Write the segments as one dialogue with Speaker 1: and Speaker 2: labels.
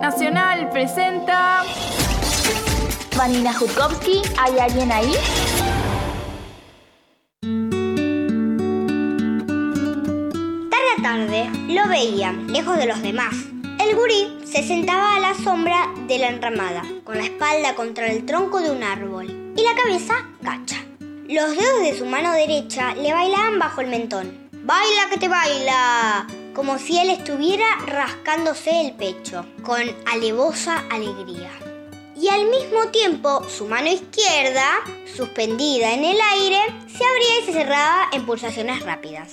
Speaker 1: Nacional presenta.
Speaker 2: Vanina Jutkowski, ¿hay alguien ahí?
Speaker 3: Tarde a tarde lo veían, lejos de los demás. El gurí se sentaba a la sombra de la enramada, con la espalda contra el tronco de un árbol y la cabeza cacha. Los dedos de su mano derecha le bailaban bajo el mentón. ¡Baila que te baila! Como si él estuviera rascándose el pecho, con alevosa alegría. Y al mismo tiempo, su mano izquierda, suspendida en el aire, se abría y se cerraba en pulsaciones rápidas.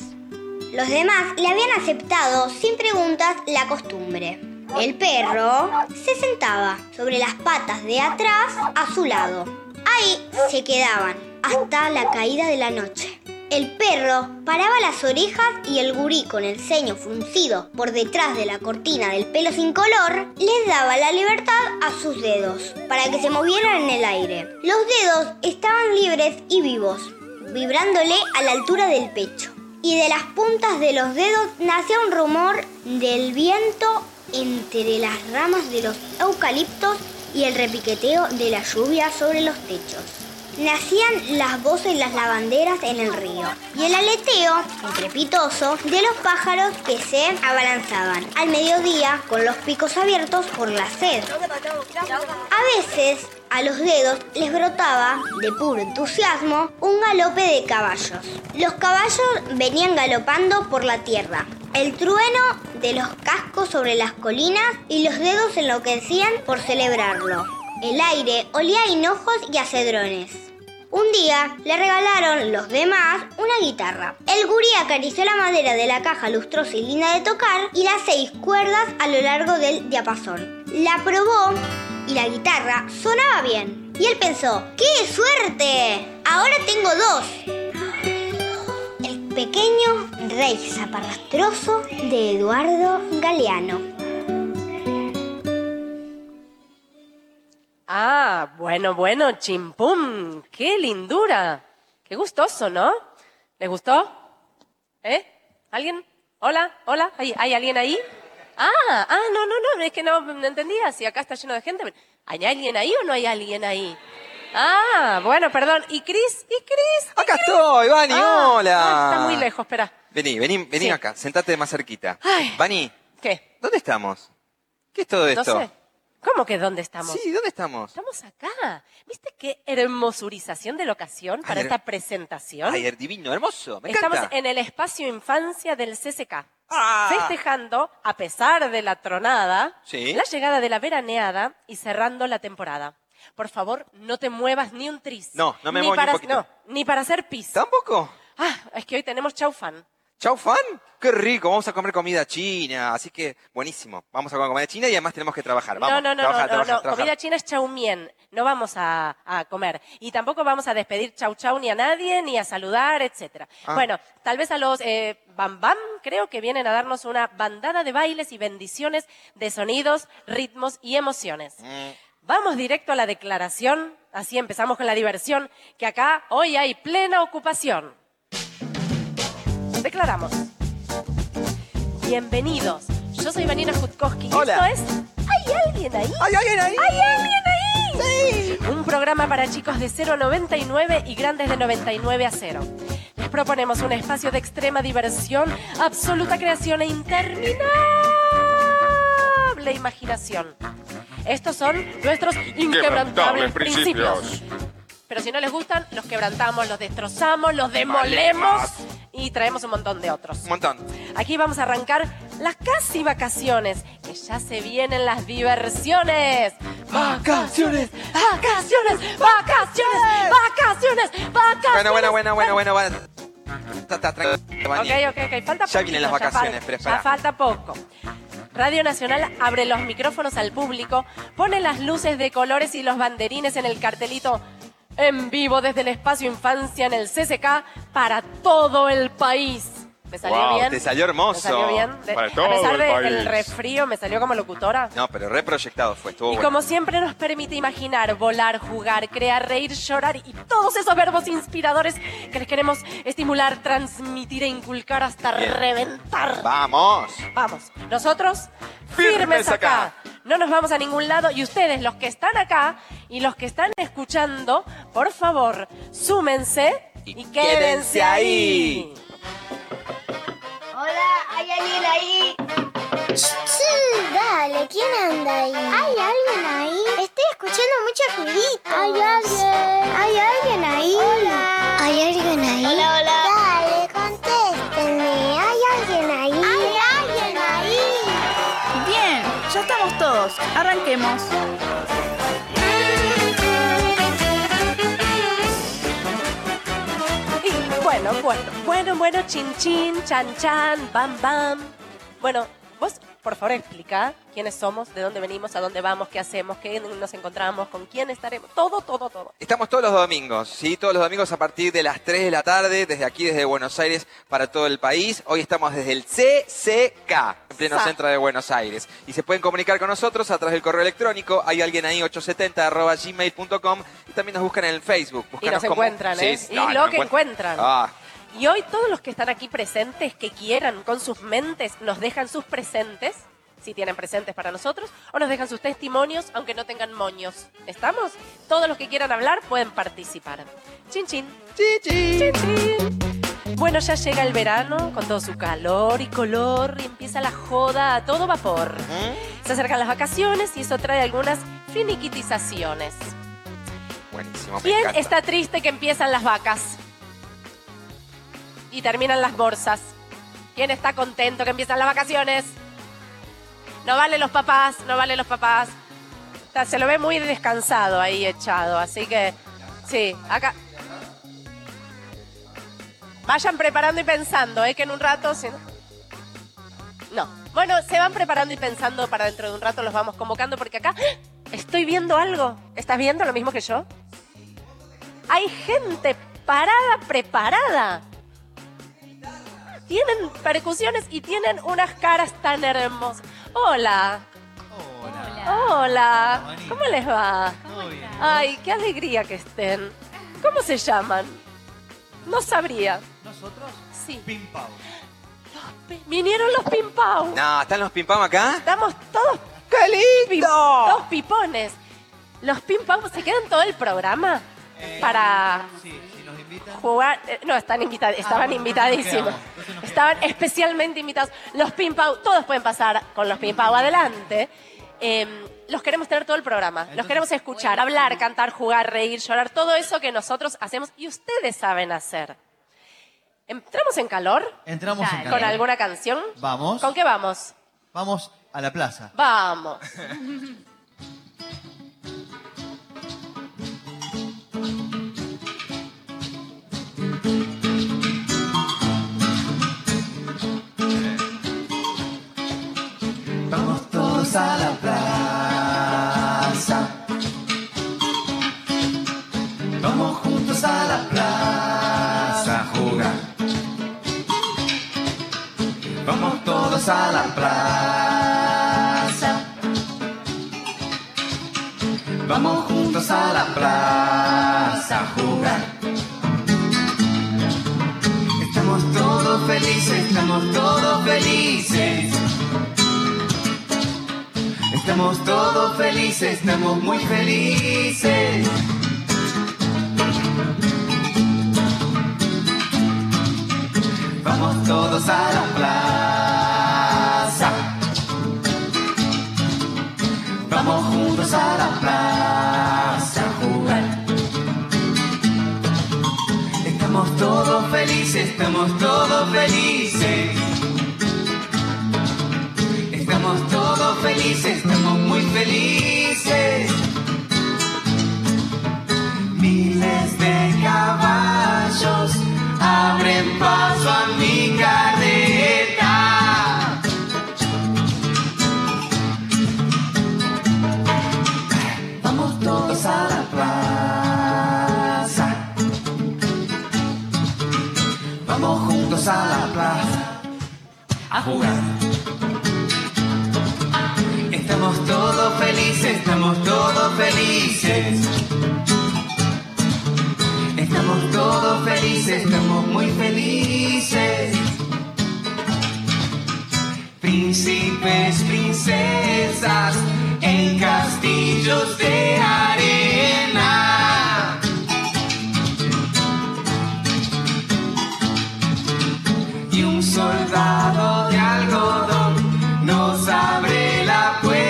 Speaker 3: Los demás le habían aceptado sin preguntas la costumbre. El perro se sentaba sobre las patas de atrás a su lado. Ahí se quedaban hasta la caída de la noche. El perro paraba las orejas y el gurí con el ceño fruncido por detrás de la cortina del pelo sin color les daba la libertad a sus dedos para que se movieran en el aire. Los dedos estaban libres y vivos, vibrándole a la altura del pecho y de las puntas de los dedos nacía un rumor del viento entre las ramas de los eucaliptos y el repiqueteo de la lluvia sobre los techos. Nacían las voces y las lavanderas en el río y el aleteo estrepitoso de los pájaros que se abalanzaban al mediodía con los picos abiertos por la sed. A veces a los dedos les brotaba, de puro entusiasmo, un galope de caballos. Los caballos venían galopando por la tierra. El trueno de los cascos sobre las colinas y los dedos enloquecían por celebrarlo. El aire olía a hinojos y a cedrones. Un día le regalaron los demás una guitarra. El gurí acarició la madera de la caja lustrosa y linda de tocar y las seis cuerdas a lo largo del diapasón. La probó y la guitarra sonaba bien. Y él pensó, ¡qué suerte! Ahora tengo dos. El pequeño rey zaparrastroso de Eduardo Galeano.
Speaker 4: Ah, bueno, bueno, chimpum. Qué lindura. Qué gustoso, ¿no? ¿Le gustó? ¿Eh? ¿Alguien? ¿Hola? ¿Hola? ¿Hay, hay alguien ahí? Ah, ah, no, no, no, es que no, no entendía si acá está lleno de gente. ¿Hay alguien ahí o no hay alguien ahí? Ah, bueno, perdón. ¿Y Cris? ¿Y Cris?
Speaker 5: Acá estoy, Vani,
Speaker 4: Ah,
Speaker 5: hola.
Speaker 4: ah, está muy lejos, espera.
Speaker 5: Vení, vení, vení
Speaker 4: Sí.
Speaker 5: acá, sentate más cerquita.
Speaker 4: Ay.
Speaker 5: Vani,
Speaker 4: ¿Qué?
Speaker 5: ¿dónde estamos? ¿Qué es todo
Speaker 4: No
Speaker 5: esto?
Speaker 4: sé. ¿Cómo que dónde estamos?
Speaker 5: Sí, ¿dónde estamos?
Speaker 4: Estamos acá. ¿Viste qué hermosurización de la ocasión para
Speaker 5: Ay,
Speaker 4: esta
Speaker 5: her-
Speaker 4: presentación?
Speaker 5: Ay, er- divino, hermoso, me
Speaker 4: Estamos
Speaker 5: encanta.
Speaker 4: en el espacio infancia del CCK.
Speaker 5: Ah.
Speaker 4: Festejando, a pesar de la tronada,
Speaker 5: Sí.
Speaker 4: la llegada de la veraneada y cerrando la temporada. Por favor, no te muevas ni un tris.
Speaker 5: No, no me
Speaker 4: ni
Speaker 5: muevo ni un
Speaker 4: para,
Speaker 5: poquito.
Speaker 4: no, ni para hacer pis.
Speaker 5: ¿Tampoco?
Speaker 4: Ah, es que hoy tenemos chaufán.
Speaker 5: ¿Chau, fan? Qué rico, vamos a comer comida china, así que buenísimo. Vamos a comer comida china y además tenemos que trabajar. Vamos,
Speaker 4: no, no, no,
Speaker 5: trabajar,
Speaker 4: no,
Speaker 5: trabajar,
Speaker 4: no,
Speaker 5: trabajar.
Speaker 4: Comida china es chaumien. No vamos a, a comer. Y tampoco vamos a despedir chau chau ni a nadie, ni a saludar, etcétera.
Speaker 5: Ah.
Speaker 4: Bueno, tal vez a los eh, bam bam, creo que vienen a darnos una bandada de bailes y bendiciones de sonidos, ritmos y emociones.
Speaker 5: Mm.
Speaker 4: Vamos directo a la declaración. Así empezamos con la diversión, que acá hoy hay plena ocupación. Declaramos. Bienvenidos. Yo soy Vanina Jutkowski y
Speaker 5: Hola.
Speaker 4: esto es ¿Hay alguien ahí?
Speaker 5: ¡Ay, alguien ahí!
Speaker 4: ¡Hay alguien ahí! Un programa para chicos de 0 a 99 y grandes de 99 a 0. Les proponemos un espacio de extrema diversión, absoluta creación e interminable imaginación. Estos son nuestros inquebrantables
Speaker 6: Inquebrantables
Speaker 4: principios.
Speaker 6: principios.
Speaker 4: Pero si no les gustan, los quebrantamos, los destrozamos, los demolemos y traemos un montón de otros.
Speaker 5: Un montón.
Speaker 4: Aquí vamos a arrancar las casi vacaciones, que ya se vienen las diversiones.
Speaker 5: Vacaciones,
Speaker 4: vacaciones, vacaciones, vacaciones, vacaciones.
Speaker 5: Bueno, bueno, bueno, bueno, bueno, bueno. Está, está, tranquilo, Vani.
Speaker 4: Ok, ok, ok. Falta
Speaker 5: Ya
Speaker 4: poquito,
Speaker 5: vienen las vacaciones,
Speaker 4: fal-
Speaker 5: pero
Speaker 4: Ya
Speaker 5: espera.
Speaker 4: falta poco. Radio Nacional abre los micrófonos al público, pone las luces de colores y los banderines en el cartelito en vivo desde el espacio Infancia en el CCK para todo el país. Me salió
Speaker 6: Wow,
Speaker 4: bien.
Speaker 5: te salió hermoso.
Speaker 4: Me salió bien. De-
Speaker 6: Para
Speaker 4: a
Speaker 6: todo
Speaker 4: pesar
Speaker 6: el
Speaker 4: de-
Speaker 6: país.
Speaker 4: del refrío, me salió como locutora.
Speaker 5: No, pero reproyectado fue, estuvo
Speaker 4: Y
Speaker 5: bueno.
Speaker 4: como siempre nos permite imaginar, volar, jugar, crear, reír, llorar y todos esos verbos inspiradores que les queremos estimular, transmitir e inculcar hasta
Speaker 5: Bien.
Speaker 4: reventar.
Speaker 5: ¡Vamos!
Speaker 4: Vamos, nosotros firmes acá. No nos vamos a ningún lado y ustedes, los que están acá y los que están escuchando, por favor, súmense y,
Speaker 5: Y
Speaker 4: quédense
Speaker 5: quédense
Speaker 4: ahí.
Speaker 5: ahí.
Speaker 3: Hola, ¿hay alguien ahí?
Speaker 7: dale, ¿quién anda ahí? ¿Hay alguien ahí? Estoy escuchando muchos ruiditos. ¿Hay alguien? ¿Hay alguien ahí? Hola. ¿Hay alguien ahí? Hola, hola. Dale, contéstenme. ¿Hay alguien ahí? ¿Hay alguien ahí?
Speaker 1: Bien, ya estamos todos. Arranquemos.
Speaker 4: Y bueno, bueno, bueno, bueno, chin chin, chan chan, bam bam. Bueno, vos, por favor, explica quiénes somos, de dónde venimos, a dónde vamos, qué hacemos, qué nos encontramos, con quién estaremos, todo, todo, todo.
Speaker 5: Estamos todos los domingos, ¿sí? Todos los domingos a partir de las 3 de la tarde, desde aquí, desde Buenos Aires, para todo el país. Hoy estamos desde el CCK, en pleno
Speaker 4: Sa.
Speaker 5: centro de Buenos Aires. Y se pueden comunicar con nosotros a través del correo electrónico, hay alguien ahí, 870 arroba gmail.com. Y también nos buscan en el Facebook.
Speaker 4: Y nos
Speaker 5: Búscanos como-
Speaker 4: encuentran, ¿eh?
Speaker 5: Sí,
Speaker 4: Y
Speaker 5: no,
Speaker 4: lo
Speaker 5: no
Speaker 4: que
Speaker 5: encuentran.
Speaker 4: encuentran.
Speaker 5: Ah,
Speaker 4: Y hoy todos los que están aquí presentes, que quieran con sus mentes, nos dejan sus presentes, si tienen presentes para nosotros, o nos dejan sus testimonios, aunque no tengan moños. ¿Estamos? Todos los que quieran hablar pueden participar. Chin chin. Chin chin. Bueno, ya llega el verano con todo su calor y color y empieza la joda a todo vapor. Se acercan las vacaciones y eso trae algunas finiquitizaciones.
Speaker 5: buenísimo, me
Speaker 4: ¿Quién
Speaker 5: encanta.
Speaker 4: está triste que empiezan las vacas? Y terminan las bolsas. ¿Quién está contento que empiezan las vacaciones? No vale los papás, no vale los papás. Está- Se lo ve muy descansado ahí echado, así que sí, acá. Vayan preparando y pensando, ¿eh? que en un rato... si no- no. Bueno, se van preparando y pensando para dentro de un rato los vamos convocando porque acá ¡ah! estoy viendo algo. ¿Estás viendo lo mismo que yo? Hay gente parada, preparada. Tienen percusiones y tienen unas caras tan hermosas. Hola. Hola. Hola. ¿Cómo les va? Ay, qué alegría que estén. ¿Cómo se llaman? No sabría.
Speaker 8: Nosotros,
Speaker 4: Sí.
Speaker 8: Pim Pau.
Speaker 4: Vinieron los Pimpau.
Speaker 5: No, ¿están los Pimpam acá?
Speaker 4: Estamos todos
Speaker 5: ¡Qué
Speaker 4: pim- todos pipones. Los pim-pam se quedan todo el programa
Speaker 8: Eh,
Speaker 4: para
Speaker 8: Sí, si nos invitan. Ah,
Speaker 4: jugar. eh, No, están invitados, estaban
Speaker 8: bueno, entonces nos
Speaker 4: invitadísimos.
Speaker 8: quedamos, entonces nos
Speaker 4: Estaban especialmente invitados. Los pim-pau, todos pueden pasar con los pim-pau adelante. Eh, los queremos tener todo el programa. los
Speaker 8: Entonces-
Speaker 4: queremos escuchar, hablar, cantar, jugar, reír, llorar, todo eso que nosotros hacemos y ustedes saben hacer. ¿Entramos en calor?
Speaker 8: Entramos en
Speaker 4: ¿Con
Speaker 8: calor.
Speaker 4: alguna canción?
Speaker 8: Vamos.
Speaker 4: ¿Con qué vamos?
Speaker 8: Vamos a la plaza.
Speaker 4: Vamos.
Speaker 8: Vamos todos a la plaza. Vamos juntos a la plaza a jugar. Vamos todos a la plaza. Vamos juntos a la plaza a jugar. Estamos todos felices, estamos todos felices. Estamos todos felices, estamos muy felices. Vamos todos a la plaza. Vamos juntos a la plaza a jugar. Estamos todos felices, estamos todos felices. Estamos todos felices, estamos muy felices. Miles de caballos abren paso a mi carreta. Vamos todos a la plaza. Vamos juntos a la plaza. jugar. Estamos todos felices, estamos todos felices. Estamos todos felices, estamos muy felices. Príncipes, princesas, en castillos de arena. Y un soldado de algodón nos abre la puerta.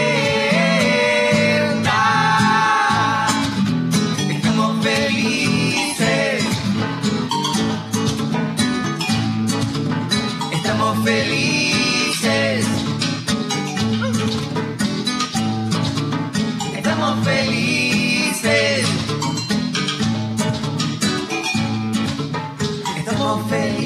Speaker 8: Estamos felices. Estamos felices. Estamos felices. Estamos felices.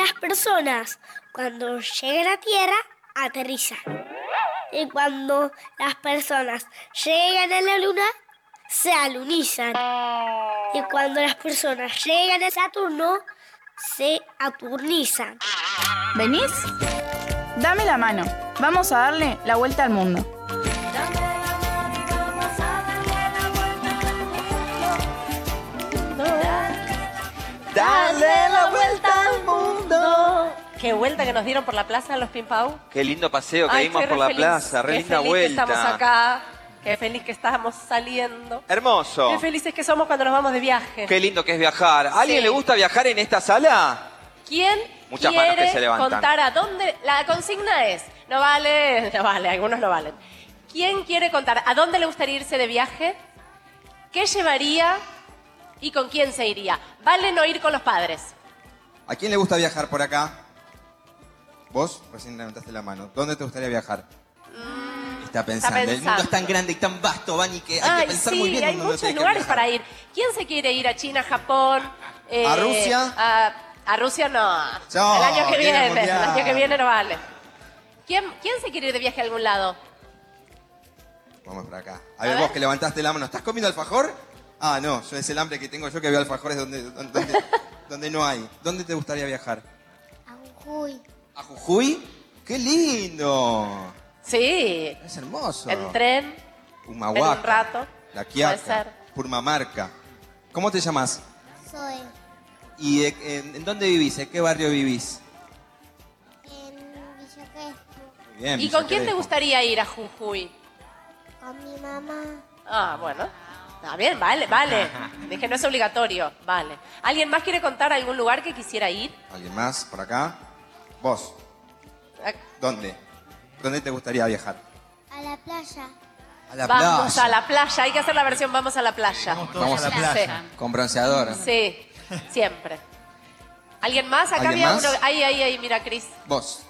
Speaker 3: Las personas cuando llegan a tierra aterrizan. Y cuando las personas llegan a la luna, se alunizan. Y cuando las personas llegan a Saturno, se aturnizan.
Speaker 1: ¿Venís? Dame la mano. Vamos a darle la vuelta al mundo.
Speaker 9: Dale la vuelta al mundo.
Speaker 4: Qué vuelta que nos dieron por la plaza los Pimpau.
Speaker 9: Qué lindo paseo que
Speaker 4: Ay,
Speaker 9: dimos por
Speaker 4: estoy re
Speaker 9: la
Speaker 4: feliz.
Speaker 9: plaza, re
Speaker 4: Qué
Speaker 9: linda
Speaker 4: feliz
Speaker 9: vuelta.
Speaker 4: Que estamos acá. Qué feliz que estamos saliendo.
Speaker 9: Hermoso.
Speaker 4: Qué felices que somos cuando nos vamos de viaje.
Speaker 9: Qué lindo que es viajar. ¿A alguien
Speaker 4: Sí.
Speaker 9: le gusta viajar en esta sala?
Speaker 4: ¿Quién
Speaker 9: Muchas manos que
Speaker 4: quiere
Speaker 9: se levantan.
Speaker 4: contar a dónde? La consigna es, no vale, no vale, algunos no valen. ¿Quién quiere contar a dónde le gustaría irse de viaje? ¿Qué llevaría? ¿Y con quién se iría? ¿Vale no ir con los padres?
Speaker 5: ¿A quién le gusta viajar por acá? Vos recién levantaste la mano. ¿Dónde te gustaría viajar? Está pensando. El mundo
Speaker 4: Mm, pensando.
Speaker 5: es tan grande y tan vasto, Vani, que hay
Speaker 4: Ay,
Speaker 5: que pensar
Speaker 4: sí,
Speaker 5: muy bien.
Speaker 4: hay
Speaker 5: dónde
Speaker 4: muchos
Speaker 5: tenés que
Speaker 4: lugares
Speaker 5: viajar.
Speaker 4: para ir. ¿Quién se quiere ir a China, Japón? eh,
Speaker 5: ¿A Rusia?
Speaker 4: A, a Rusia no.
Speaker 5: No,
Speaker 4: el año que
Speaker 5: viene
Speaker 4: viene,
Speaker 5: el
Speaker 4: el
Speaker 5: Mundial.
Speaker 4: año que viene no vale. ¿Quién, ¿Quién se quiere ir de viaje a algún lado?
Speaker 5: Vamos por acá. A, ver, vos que levantaste la mano. ¿Estás comiendo alfajor? Ah, no. Yo es el hambre que tengo yo que veo alfajores donde, donde, donde- donde no hay. ¿Dónde te gustaría viajar? ¿A Jujuy? ¡Qué lindo!
Speaker 4: Sí,
Speaker 5: Es hermoso.
Speaker 4: en tren.
Speaker 5: Humahuaca.
Speaker 4: en un rato.
Speaker 5: La
Speaker 4: Puede ser.
Speaker 5: Quiaca. Purmamarca. ¿Cómo te llamas?
Speaker 3: Soy
Speaker 5: ¿Y eh, en, en dónde vivís? ¿En qué barrio vivís?
Speaker 3: en Villa
Speaker 5: Muy bien,
Speaker 4: ¿Y
Speaker 5: Villa
Speaker 4: con quién te
Speaker 5: Crespo.
Speaker 4: gustaría ir a Jujuy?
Speaker 3: con mi mamá.
Speaker 4: Ah, bueno. Está bien, vale, vale. Dije, no es obligatorio. Vale. ¿Alguien más quiere contar algún lugar que quisiera ir?
Speaker 5: ¿Alguien más por acá? Vos,
Speaker 4: Ah,
Speaker 5: ¿dónde? ¿Dónde te gustaría viajar?
Speaker 3: A la playa.
Speaker 5: A la
Speaker 4: Vamos a la playa. Hay que hacer la versión vamos a la playa.
Speaker 5: Vamos a la
Speaker 4: playa.
Speaker 5: Con bronceador.
Speaker 4: Sí, siempre. ¿Alguien más? Acá
Speaker 5: ¿Alguien
Speaker 4: había
Speaker 5: más?
Speaker 4: uno. Ahí, ahí, ahí, mira, Cris.
Speaker 5: Vos,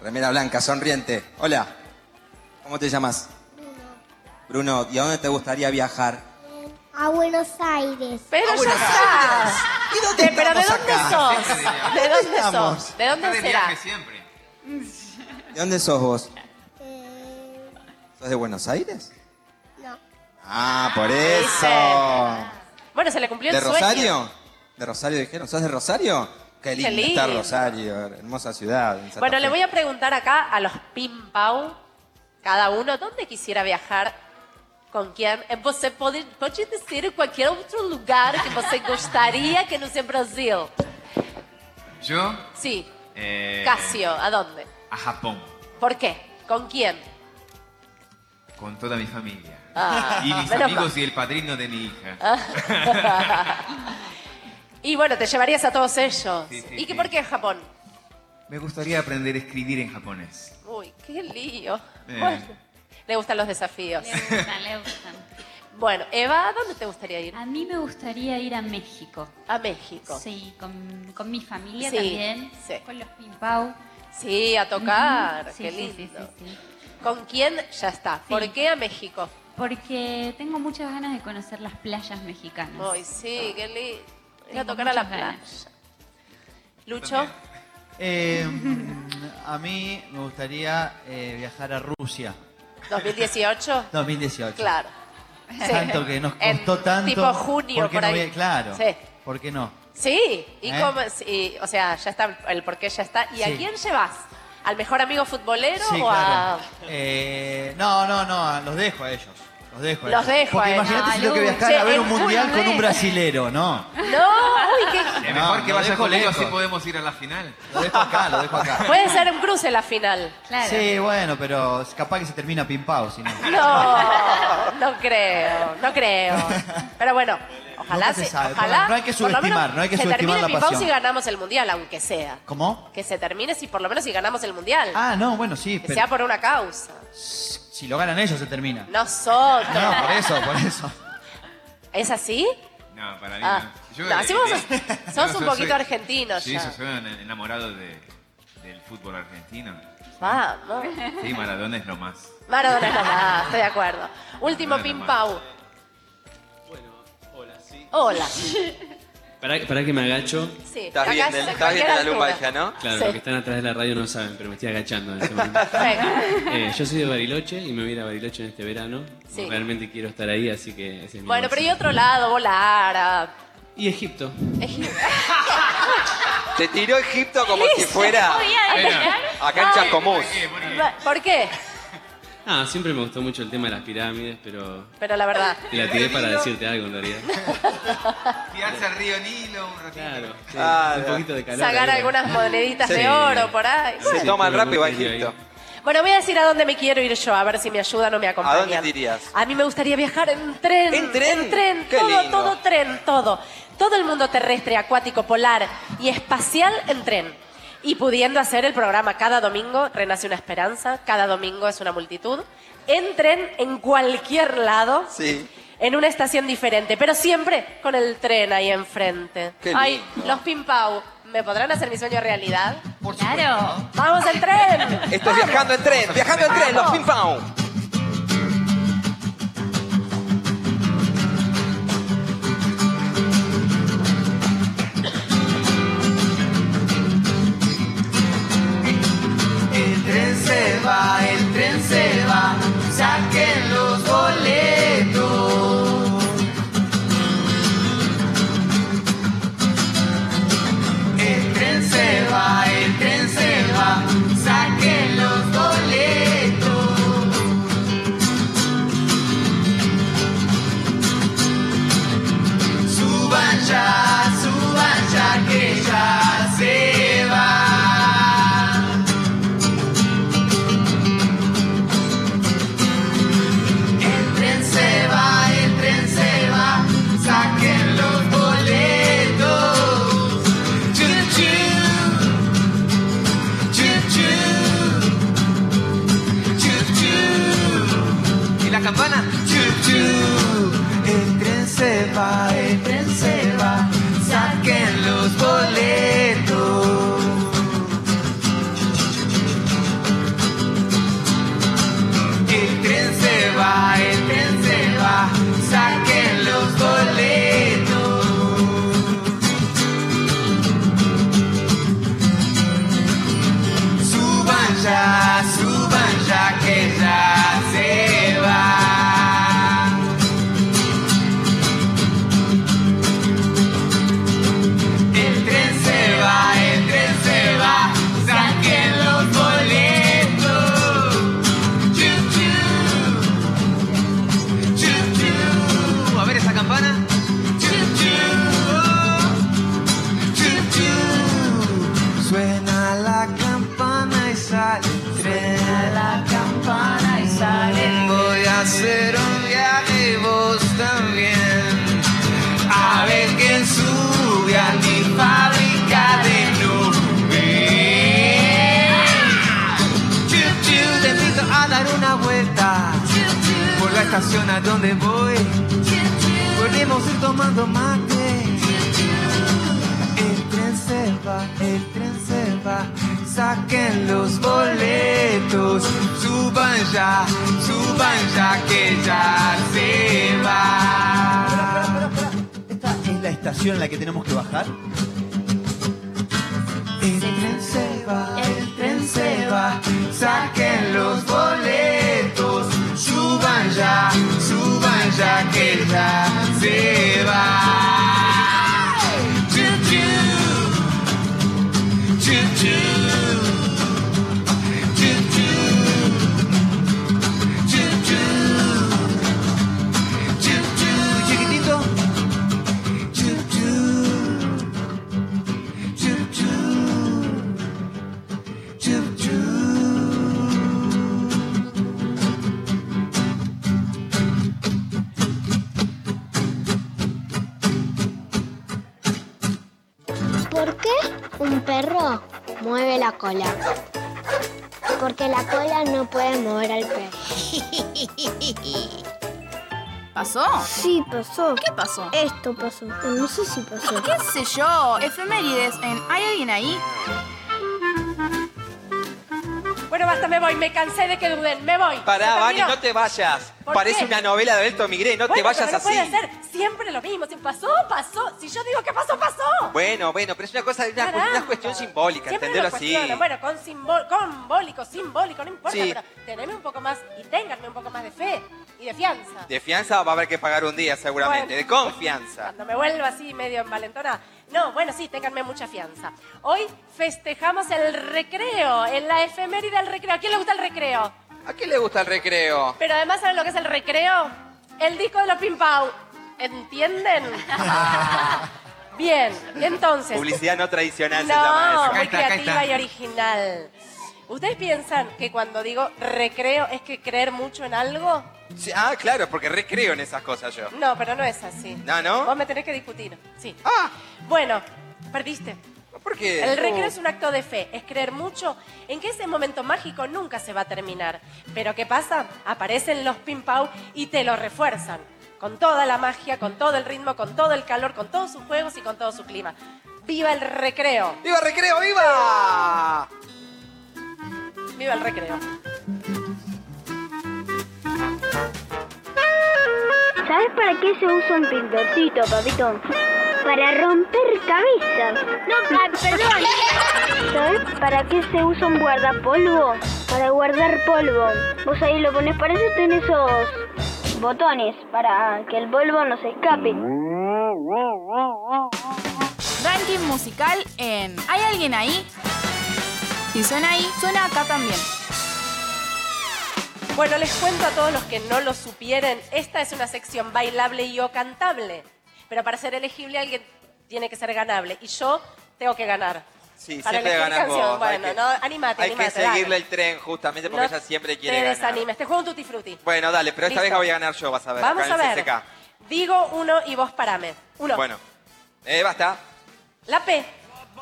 Speaker 5: remera blanca, sonriente. Hola. ¿Cómo te llamas? Bruno. Bruno, ¿y a dónde te gustaría viajar?
Speaker 3: A Buenos Aires.
Speaker 5: Ah,
Speaker 4: Pero ya está.
Speaker 5: ¿Y dónde
Speaker 4: De- pero ¿de
Speaker 5: estamos
Speaker 4: dónde
Speaker 5: acá?
Speaker 4: sos? ¿De dónde
Speaker 5: estamos?
Speaker 4: sos? ¿De dónde será?
Speaker 8: siempre.
Speaker 5: ¿De dónde sos vos?
Speaker 3: Eh,
Speaker 5: ¿Sos de Buenos Aires?
Speaker 3: No.
Speaker 5: Ah, por eso.
Speaker 4: Bueno, se le cumplió
Speaker 5: ¿De
Speaker 4: el sueño.
Speaker 5: Rosario? ¿De Rosario dijeron? ¿Sos de Rosario? Qué lindo,
Speaker 4: lindo.
Speaker 5: está Rosario, hermosa ciudad. en Santa
Speaker 4: Bueno, le
Speaker 5: Fe.
Speaker 4: voy a preguntar acá a los Pim Pau, cada uno, ¿dónde quisiera viajar? ¿Con quién? E Você pode, pode dizer cualquier otro lugar que você gostaria que no sea Brasil.
Speaker 8: Yo,
Speaker 4: Sí.
Speaker 8: eh,
Speaker 4: Casio, ¿a dónde?
Speaker 8: a Japón,
Speaker 4: ¿Por qué? ¿Con quién?
Speaker 8: con toda mi familia.
Speaker 4: Ah,
Speaker 8: y mis
Speaker 4: menos Ah.
Speaker 8: amigos y el padrino de mi hija.
Speaker 4: Y bueno, te llevarías a todos ellos.
Speaker 8: Sí, sí,
Speaker 4: ¿Y qué,
Speaker 8: sí.
Speaker 4: por qué Japón?
Speaker 8: Me gustaría aprender a escribir en japonés.
Speaker 4: Uy, qué lío.
Speaker 8: Eh.
Speaker 4: Bueno, le gustan los desafíos.
Speaker 10: Le gustan, le gustan.
Speaker 4: Bueno, Eva, ¿a dónde te gustaría ir?
Speaker 10: A mí me gustaría ir a México.
Speaker 4: A México.
Speaker 10: Sí, con, con mi familia
Speaker 4: Sí,
Speaker 10: también.
Speaker 4: sí.
Speaker 10: Con los Pimpau.
Speaker 4: Sí, a tocar.
Speaker 10: Ujú, sí,
Speaker 4: Qué
Speaker 10: sí,
Speaker 4: lindo.
Speaker 10: sí, sí, sí.
Speaker 4: ¿Con quién? Ya está. ¿Por qué a México?
Speaker 10: Porque tengo muchas ganas de conocer las playas mexicanas.
Speaker 4: Ay, sí, qué lindo. Ir a
Speaker 10: Tengo
Speaker 4: tocar a la
Speaker 10: muchas ganas.
Speaker 4: playa. Lucho,
Speaker 11: Eh, a mí me gustaría eh, viajar a Rusia
Speaker 4: 2018.
Speaker 11: 2018.
Speaker 4: Claro. Sí.
Speaker 11: Tanto que nos
Speaker 4: En
Speaker 11: costó tanto.
Speaker 4: tipo junio,
Speaker 11: ¿por qué
Speaker 4: por
Speaker 11: no
Speaker 4: ahí.
Speaker 11: vi- Claro.
Speaker 4: Sí.
Speaker 11: ¿Por qué no?
Speaker 4: Sí, y
Speaker 11: ¿Eh?
Speaker 4: cómo- sí, o sea, ya está el por qué ya está. ¿Y
Speaker 11: Sí.
Speaker 4: a quién llevas? ¿Al mejor amigo futbolero
Speaker 11: Sí,
Speaker 4: o a.?
Speaker 11: claro. Eh, no, no, no, los dejo a ellos. Los dejo a
Speaker 4: Los
Speaker 11: ellos.
Speaker 4: dejo
Speaker 11: Porque
Speaker 4: a ellos.
Speaker 11: imagínate si tengo que
Speaker 4: Ay,
Speaker 11: viajar
Speaker 4: che,
Speaker 11: a ver
Speaker 4: en
Speaker 11: un mundial
Speaker 4: una
Speaker 11: con
Speaker 4: vez.
Speaker 11: un brasilero, ¿no.
Speaker 4: No, uy, qué-
Speaker 12: Es mejor
Speaker 11: No,
Speaker 12: que
Speaker 11: lo
Speaker 12: vayas
Speaker 11: dejo
Speaker 12: conmigo,
Speaker 11: lejos.
Speaker 12: así podemos ir a la final.
Speaker 11: Lo dejo acá, lo dejo acá.
Speaker 4: Puede ser un cruce la final.
Speaker 11: Sí, bueno, pero capaz que se termina pimpao, si no.
Speaker 4: No, no creo, no creo. Pero bueno, ojalá
Speaker 11: Nunca se
Speaker 4: se-
Speaker 11: sabe.
Speaker 4: ojalá,
Speaker 11: No hay que
Speaker 4: por lo menos,
Speaker 11: subestimar, no hay que subestimar
Speaker 4: Se
Speaker 11: la
Speaker 4: termine
Speaker 11: pasión.
Speaker 4: si ganamos el mundial, aunque sea.
Speaker 11: ¿Cómo?
Speaker 4: Que se termine si por lo menos si ganamos el mundial.
Speaker 11: Ah, no, bueno, sí,
Speaker 4: que
Speaker 11: pero
Speaker 4: sea por una causa.
Speaker 11: si lo ganan ellos se termina.
Speaker 4: Nosotros.
Speaker 11: No, por eso, por eso.
Speaker 4: ¿Es así?
Speaker 12: No, para mí
Speaker 4: Ah.
Speaker 12: no.
Speaker 4: No, así vos sos- sos un
Speaker 12: soy-
Speaker 4: poquito argentino
Speaker 12: Sí,
Speaker 4: ya.
Speaker 12: yo soy un enamorado de- del fútbol argentino.
Speaker 4: Vamos.
Speaker 12: Sí, Maradona es lo más.
Speaker 4: Maradona está más, estoy de acuerdo. Último
Speaker 12: Maradona
Speaker 4: pim
Speaker 12: más.
Speaker 4: pau. Hola, sí.
Speaker 13: Para, para que me agacho.
Speaker 4: Sí,
Speaker 5: Estás
Speaker 4: acá
Speaker 5: bien,
Speaker 4: es
Speaker 5: del-
Speaker 4: de
Speaker 5: estás bien de la
Speaker 4: cualquier
Speaker 5: lupa
Speaker 4: altura.
Speaker 5: ya, ¿no?
Speaker 13: Claro,
Speaker 4: Sí.
Speaker 13: los que están atrás de la radio no saben, pero me estoy agachando en este momento.
Speaker 4: Perfecto.
Speaker 13: Eh, yo soy de Bariloche y me voy a ir a Bariloche en este verano.
Speaker 4: Sí.
Speaker 13: Realmente quiero estar ahí, así que ese es mi
Speaker 4: Bueno, pero
Speaker 13: máximo.
Speaker 4: y otro lado, volar ah. a
Speaker 13: Y Egipto.
Speaker 4: Egipto.
Speaker 5: Te tiró Egipto como
Speaker 4: Sí,
Speaker 5: si
Speaker 4: se
Speaker 5: fuera
Speaker 4: podía agregar.
Speaker 5: acá en
Speaker 4: Ay.
Speaker 5: Chascomús.
Speaker 4: ¿Por qué?
Speaker 13: Ah, siempre me gustó mucho el tema de las pirámides, pero
Speaker 4: Pero la verdad.
Speaker 13: te la tiré para decirte algo en realidad.
Speaker 12: Tirarse al río Nilo un ratito.
Speaker 13: Claro, sí,
Speaker 5: Ah,
Speaker 13: un
Speaker 5: ya.
Speaker 13: poquito de calor.
Speaker 4: Sacar
Speaker 13: ahí.
Speaker 4: algunas moneditas
Speaker 13: Sí.
Speaker 4: de oro por ahí.
Speaker 5: Se
Speaker 13: Sí,
Speaker 5: toman
Speaker 13: tengo
Speaker 5: rápido y va a
Speaker 13: mucho
Speaker 5: Egipto.
Speaker 13: ahí.
Speaker 4: Bueno, voy a decir a dónde me quiero ir yo, a ver si me ayudan o me
Speaker 5: ¿A
Speaker 4: acompañan.
Speaker 5: dónde dirías?
Speaker 4: A mí me gustaría viajar en tren.
Speaker 5: ¿En tren?
Speaker 4: En tren.
Speaker 5: Qué
Speaker 4: todo,
Speaker 5: lindo.
Speaker 4: todo tren, todo. Todo el mundo terrestre, acuático, polar y espacial en tren. Y pudiendo hacer el programa cada domingo, Renace una Esperanza, cada domingo es una multitud. En tren, en cualquier lado,
Speaker 5: Sí.
Speaker 4: en una estación diferente, pero siempre con el tren ahí enfrente.
Speaker 5: Qué
Speaker 4: Ay,
Speaker 5: lindo.
Speaker 4: los Pimpau, ¿me podrán hacer mi sueño realidad?
Speaker 10: Claro.
Speaker 4: ¡Vamos en tren!
Speaker 5: Esto es viajando en tren, viajando en tren, los ping pong.
Speaker 8: El tren se va, el tren se va, saquen los boletos. El tren se va, el tren se va, saquen los boletos. Suban ya, suban ya que ya se va. El tren se va, el tren se va, saquen los boletos. Choo choo, choo choo, choo choo. ¿Y la campana? Choo choo. El tren se va, el tren se va, saquen los boletos. El tren se va, el tren se va, saquen los boletos. Suban ya, suban ya que ya se va. El tren se va, el tren se va, saquen los boletos. A ver esa campana. Suena la campana y sale el tren. la campana y sale. Voy a hacer un viaje y vos también. A ver quién sube a mi fábrica de nubes. Chiu, chiu, te invito a dar una vuelta por la estación a donde voy. Podemos ir tomando mate. El tren se va, el tren se va. Saquen los boletos, suban ya, suban ya que ya se va.
Speaker 11: ¿Esta es la estación en la que tenemos que bajar?
Speaker 8: El tren se va, el tren se va, saquen los boletos, suban ya, suban ya Chiquitito.
Speaker 7: ¿Por qué un perro mueve la cola? Porque la cola no puede mover al perro.
Speaker 1: ¿Pasó?
Speaker 7: Sí, pasó.
Speaker 1: ¿Qué pasó?
Speaker 7: Esto pasó. No sé si pasó.
Speaker 1: ¿Qué sé yo? Efemérides en ¿Hay alguien ahí?
Speaker 4: Bueno, basta, me voy. Me cansé de que duden. Me voy.
Speaker 5: Pará,
Speaker 4: Se
Speaker 5: Vani,
Speaker 4: terminó.
Speaker 5: no te vayas.
Speaker 4: ¿Por
Speaker 5: Parece
Speaker 4: qué?
Speaker 5: una novela de Alberto Migré, no te
Speaker 4: Bueno,
Speaker 5: vayas
Speaker 4: pero no
Speaker 5: así.
Speaker 4: puede ser siempre lo mismo. Si pasó, pasó. Si yo digo que pasó, pasó.
Speaker 5: Bueno, bueno, pero es una cosa, una,
Speaker 4: Pará.
Speaker 5: una cuestión simbólica,
Speaker 4: Siempre
Speaker 5: entenderlo
Speaker 4: lo
Speaker 5: así.
Speaker 4: cuestiono. Bueno, con simbol- con bólico, simbólico, no importa,
Speaker 5: Sí.
Speaker 4: pero teneme un poco más y ténganme un poco más de fe y de fianza.
Speaker 5: De fianza va a haber que pagar un día seguramente, de
Speaker 4: Bueno.
Speaker 5: confianza.
Speaker 4: Cuando me vuelvo así medio envalentona. No, bueno, sí, ténganme mucha fianza. Hoy festejamos el recreo, en la efeméride del recreo. ¿A quién le gusta el recreo?
Speaker 5: ¿A quién le gusta el recreo?
Speaker 4: Pero además, ¿saben lo que es el recreo? El disco de los Pimpau. ¿Entienden? Bien, entonces.
Speaker 5: Publicidad no tradicional se llama
Speaker 4: No,
Speaker 5: eso.
Speaker 4: muy creativa y original. ¿Ustedes piensan que cuando digo recreo es que creer mucho en algo?
Speaker 5: Sí, ah, claro, porque recreo en esas cosas yo.
Speaker 4: No, pero no es así.
Speaker 5: No, ¿Ah, ¿no? Ah.
Speaker 4: Vos me tenés que discutir. Sí. Bueno, perdiste.
Speaker 5: ¿Por qué?
Speaker 4: El recreo es un acto de fe, es creer mucho en que ese momento mágico nunca se va a terminar. Pero ¿qué pasa? Aparecen los ping-pong y te lo refuerzan. Con toda la magia, con todo el ritmo, con todo el calor, con todos sus juegos y con todo su clima. ¡Viva el recreo!
Speaker 5: ¡Viva el recreo, viva!
Speaker 4: ¡Viva el recreo!
Speaker 7: ¿Sabes para qué se usa un pintotito, papito? Para romper cabezas. No, ah, perdón. ¿Sabes para qué se usa un guardapolvo? Para guardar polvo. Vos ahí lo pones, para eso tenés esos botones para que el polvo no se escape.
Speaker 1: Ranking musical en ¿Hay alguien ahí? Si suena ahí, suena acá también.
Speaker 4: Bueno, les cuento a todos los que no lo supieren, esta es una sección bailable y o cantable. Pero para ser elegible alguien tiene que ser ganable. Y yo tengo que ganar.
Speaker 5: Sí,
Speaker 4: Para
Speaker 5: siempre
Speaker 4: elegir
Speaker 5: ganas vos.
Speaker 4: canción,
Speaker 5: hay
Speaker 4: Bueno,
Speaker 5: que-
Speaker 4: no, animate,
Speaker 5: Hay que
Speaker 4: animate,
Speaker 5: seguirle
Speaker 4: dale.
Speaker 5: el tren justamente porque
Speaker 4: No
Speaker 5: ella siempre
Speaker 4: te
Speaker 5: quiere ganar.
Speaker 4: desanimes. Te juego un tutti frutti.
Speaker 5: Bueno, dale, pero esta
Speaker 4: Listo.
Speaker 5: vez la voy a ganar yo, vas a ver.
Speaker 4: Vamos
Speaker 5: acá en
Speaker 4: a
Speaker 5: el
Speaker 4: ver.
Speaker 5: CCK.
Speaker 4: Digo uno y vos parame. Uno.
Speaker 5: Bueno. Eh, basta.
Speaker 4: La P.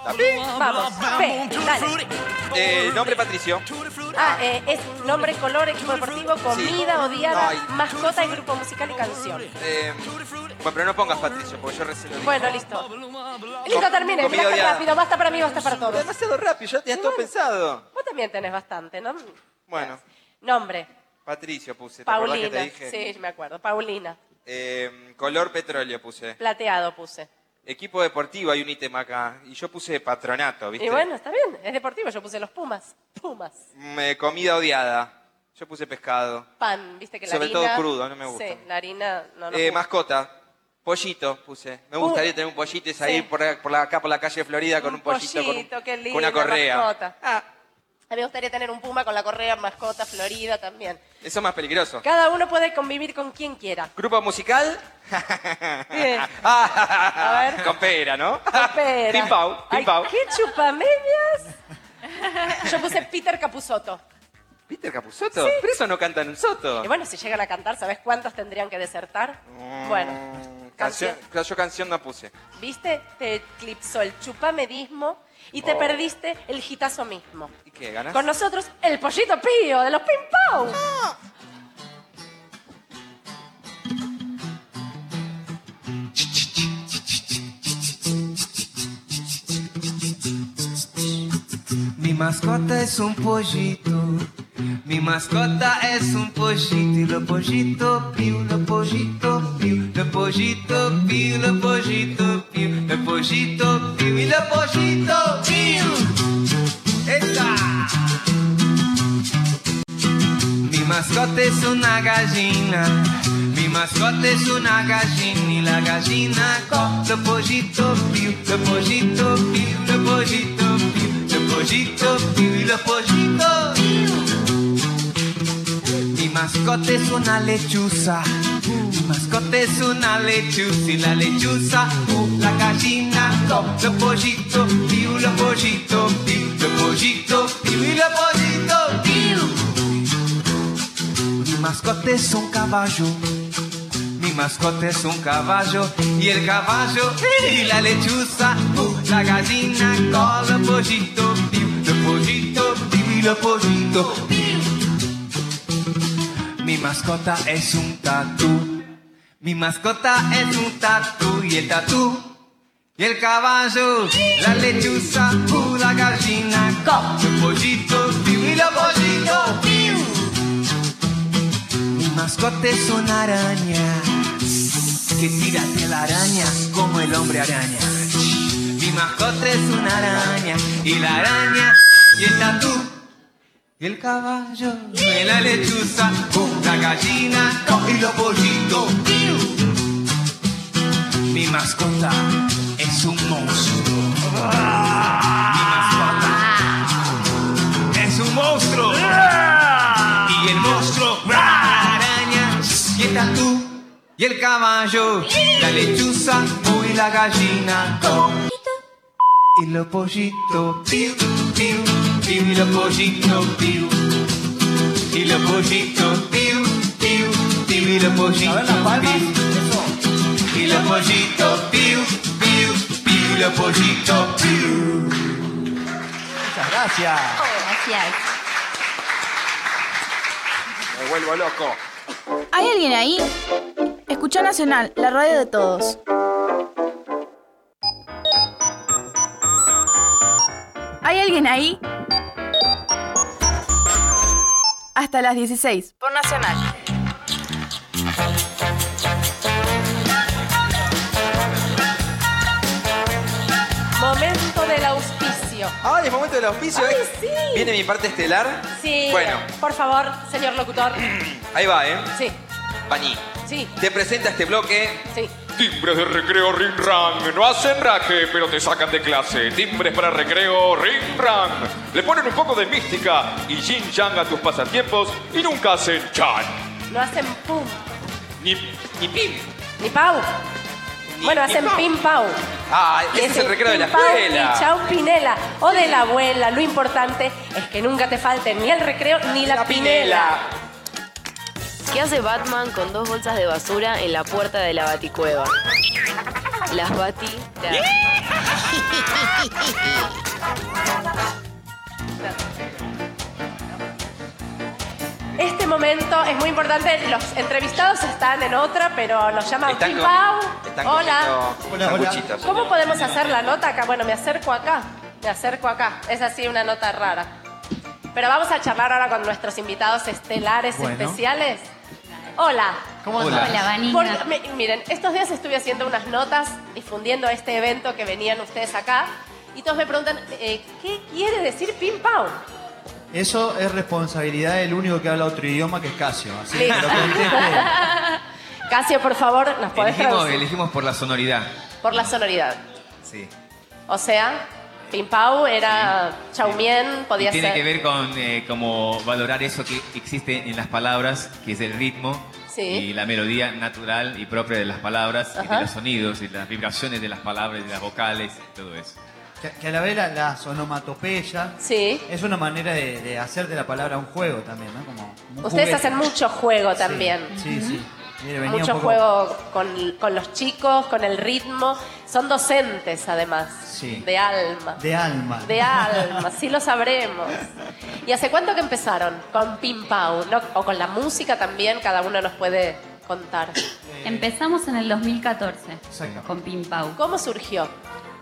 Speaker 5: La P.
Speaker 4: Vamos. P. Dale.
Speaker 5: Eh, nombre Patricio.
Speaker 4: Ah, eh, es nombre, color, equipo deportivo, comida, odiada, mascota y grupo musical y canción.
Speaker 5: Eh, bueno, pero no pongas Patricio, porque yo recién lo dije.
Speaker 4: Bueno, listo. Listo, termine.
Speaker 5: comida
Speaker 4: Mirá qué
Speaker 5: odiada.
Speaker 4: rápido. Basta para mí, basta para todos.
Speaker 5: Demasiado rápido, ya tenías todo pensado.
Speaker 4: Vos también tenés bastante, ¿no?
Speaker 5: Bueno,
Speaker 4: Nombre.
Speaker 5: Patricio puse. ¿Te acordás que
Speaker 4: Paulina.
Speaker 5: te dije?
Speaker 4: Sí, me acuerdo. Paulina.
Speaker 5: Eh, color petróleo puse.
Speaker 4: Plateado puse.
Speaker 5: Equipo deportivo, hay un ítem acá. Y yo puse patronato, ¿viste?
Speaker 4: Y bueno, está bien. Es deportivo. Yo puse los Pumas. Pumas.
Speaker 5: Mm, eh, comida odiada. Yo puse pescado.
Speaker 4: Pan, viste que la
Speaker 5: Sobre
Speaker 4: harina...
Speaker 5: todo crudo, no me gusta.
Speaker 4: Sí, la harina no nos
Speaker 5: Eh,
Speaker 4: gusta.
Speaker 5: mascota. Pollito puse. Me
Speaker 4: Pu-
Speaker 5: gustaría tener un pollito y
Speaker 4: Sí.
Speaker 5: salir por, acá- por la- acá por la calle de Florida con un pollito, con un-
Speaker 4: qué
Speaker 5: con,
Speaker 4: lindo,
Speaker 5: una correa. Ah.
Speaker 4: mascota. A mí me gustaría tener un puma con la correa, mascota, florida también.
Speaker 5: Eso es más peligroso.
Speaker 4: Cada uno puede convivir con quien quiera. Eh,
Speaker 5: Grupo musical.
Speaker 4: Bien.
Speaker 5: A
Speaker 4: ver.
Speaker 5: Con pera, ¿no?
Speaker 4: Espera.
Speaker 5: Pim pau, pim
Speaker 4: Ay,
Speaker 5: pau.
Speaker 4: ¡Qué chupamedias! Yo puse Peter Capusotto.
Speaker 5: ¿Viste el capuzoto? Pero eso no canta en un soto.
Speaker 4: Y bueno, si llegan a cantar, ¿sabes cuántos tendrían que desertar?
Speaker 5: Mm,
Speaker 4: Bueno,
Speaker 5: Canción, yo canción no puse.
Speaker 4: viste, te eclipsó el chupamedismo y te
Speaker 5: Oh.
Speaker 4: perdiste el gitazo mismo.
Speaker 5: ¿Y qué ganas?
Speaker 4: Con nosotros, el pollito pío de los Pim Pau.
Speaker 8: Mi mascota es un pollito. Mi mascota es un pollito. Y lo pollito piu, lo pollito piu, lo pollito piu, lo pollito piu, lo pollito piu y lo pollito piu. ¡Esta! Mi mascota es una gallina. Mi mascota es una gallina y la gallina co. Lo pollito piu, lo pollito piu, lo pollito piu, lo Mascote es una lechuza. Mascote es una lechuza. Y la lechuza, uh, la gallina, dos, los pollitos, piu, los pollitos, piu, los pollitos, piu, y los pollitos, piu. Mi mascote es un caballo. Mi mascote es un caballo y el caballo y la lechuza, uh, la gallina con el pollito, piu, el pollito, piu, y el pollito. piu. Mi mascota es un tatú, mi mascota es un tatú y el tatú y el caballo, la lechuza, uh, la gallina con el pollito, piu, y el pollito. piu. Mi mascota es una araña que tira telarañas como el hombre araña. Mi mascota es una araña y la araña y el tatú y el caballo y la lechuza, uh, la gallina y los pollitos. Mi mascota es un monstruo. Mi mascota Ah. es un monstruo. Y el monstruo, la araña, y el tatú, y el caballo, la lechuza, tú y la gallina. Y los pollitos, piu, piu, piu, y los pollitos, piu. Y los pollitos, piu, piu, piu, y los pollitos, piu. Y los pollitos, piu, piu, piu, y los pollitos, piu. Muchas gracias.
Speaker 10: Gracias.
Speaker 5: Me vuelvo loco.
Speaker 1: ¿Hay alguien ahí? Escucha Nacional, la radio de todos. ¿Hay alguien ahí? Hasta las 16, por Nacional.
Speaker 4: Momento del auspicio.
Speaker 5: Ah, es momento del auspicio.
Speaker 4: Ay,
Speaker 5: ¿eh?
Speaker 4: sí.
Speaker 5: Viene mi parte estelar.
Speaker 4: Sí.
Speaker 5: Bueno,
Speaker 4: Por favor, señor locutor.
Speaker 5: ahí va, ¿eh?
Speaker 4: Sí,
Speaker 5: Paní.
Speaker 4: sí,
Speaker 5: Te presenta este bloque.
Speaker 4: sí.
Speaker 14: Timbres de recreo, ring rang. No hacen raje, pero te sacan de clase. Timbres para recreo, ring rang. Le ponen un poco de mística y yin yang a tus pasatiempos y nunca hacen chan.
Speaker 4: No hacen pum,
Speaker 14: Ni, ni pim.
Speaker 4: ni pau. bueno, hacen pim pau.
Speaker 5: Ah,
Speaker 4: Y
Speaker 5: ese es el recreo de la
Speaker 4: pim, pam, Y
Speaker 5: escuela.
Speaker 4: chau pinela. O de la abuela. Lo importante es que nunca te falte ni el recreo ni la, pinela.
Speaker 15: ¿Qué hace Batman con dos bolsas de basura en la puerta de la baticueva? Las batitas.
Speaker 4: Este momento es muy importante. Los entrevistados están en otra, pero nos llaman
Speaker 5: Están
Speaker 4: pim
Speaker 5: comi-
Speaker 4: pau.
Speaker 5: están
Speaker 4: Hola.
Speaker 5: comiendo sanguchitos.
Speaker 4: ¿Cómo podemos hacer la nota acá? Bueno, me acerco acá. Me acerco acá. Es así una nota rara. Pero vamos a charlar ahora con nuestros invitados estelares
Speaker 10: Bueno.
Speaker 4: especiales. Hola.
Speaker 10: ¿Cómo Hola. estás? Hola, Vanina.
Speaker 4: Porque, mi- miren, estos días estuve haciendo unas notas difundiendo este evento que venían ustedes acá y todos me preguntan, eh, ¿qué quiere decir pim pau?
Speaker 11: Eso es responsabilidad del único que habla otro idioma que es Casio. Así que lo
Speaker 4: Listo.
Speaker 11: conteste.
Speaker 4: Casio, por favor, nos podés
Speaker 12: Elegimos,
Speaker 4: traducir
Speaker 12: elegimos por la sonoridad.
Speaker 4: por la sonoridad.
Speaker 12: Sí.
Speaker 4: O sea, pim pau era chaumien,
Speaker 12: Y
Speaker 4: podía
Speaker 12: tiene
Speaker 4: ser...
Speaker 12: que ver con eh, como valorar eso que existe en las palabras, que es el ritmo
Speaker 4: Sí.
Speaker 12: y la melodía natural y propia de las palabras, y
Speaker 4: Ajá.
Speaker 12: de los sonidos, y las vibraciones de las palabras, de las vocales, y todo eso.
Speaker 11: Que, que a la vez la, la sonomatopeya es una manera de, de hacer de la palabra un juego también, ¿no? Como, como un
Speaker 4: Ustedes
Speaker 11: juguete.
Speaker 4: hacen mucho juego también.
Speaker 11: Sí, sí. Mire, venía
Speaker 4: Mucho
Speaker 11: un poco-
Speaker 4: juego con, con los chicos, con el ritmo. Son docentes además.
Speaker 11: Sí.
Speaker 4: De alma.
Speaker 11: De alma.
Speaker 4: De alma, sí lo sabremos. ¿Y hace cuánto que empezaron? Con Pim Pau, ¿no? O con la música también, cada uno nos puede contar.
Speaker 10: Empezamos en el 2014 con Pim Pau.
Speaker 4: ¿Cómo surgió?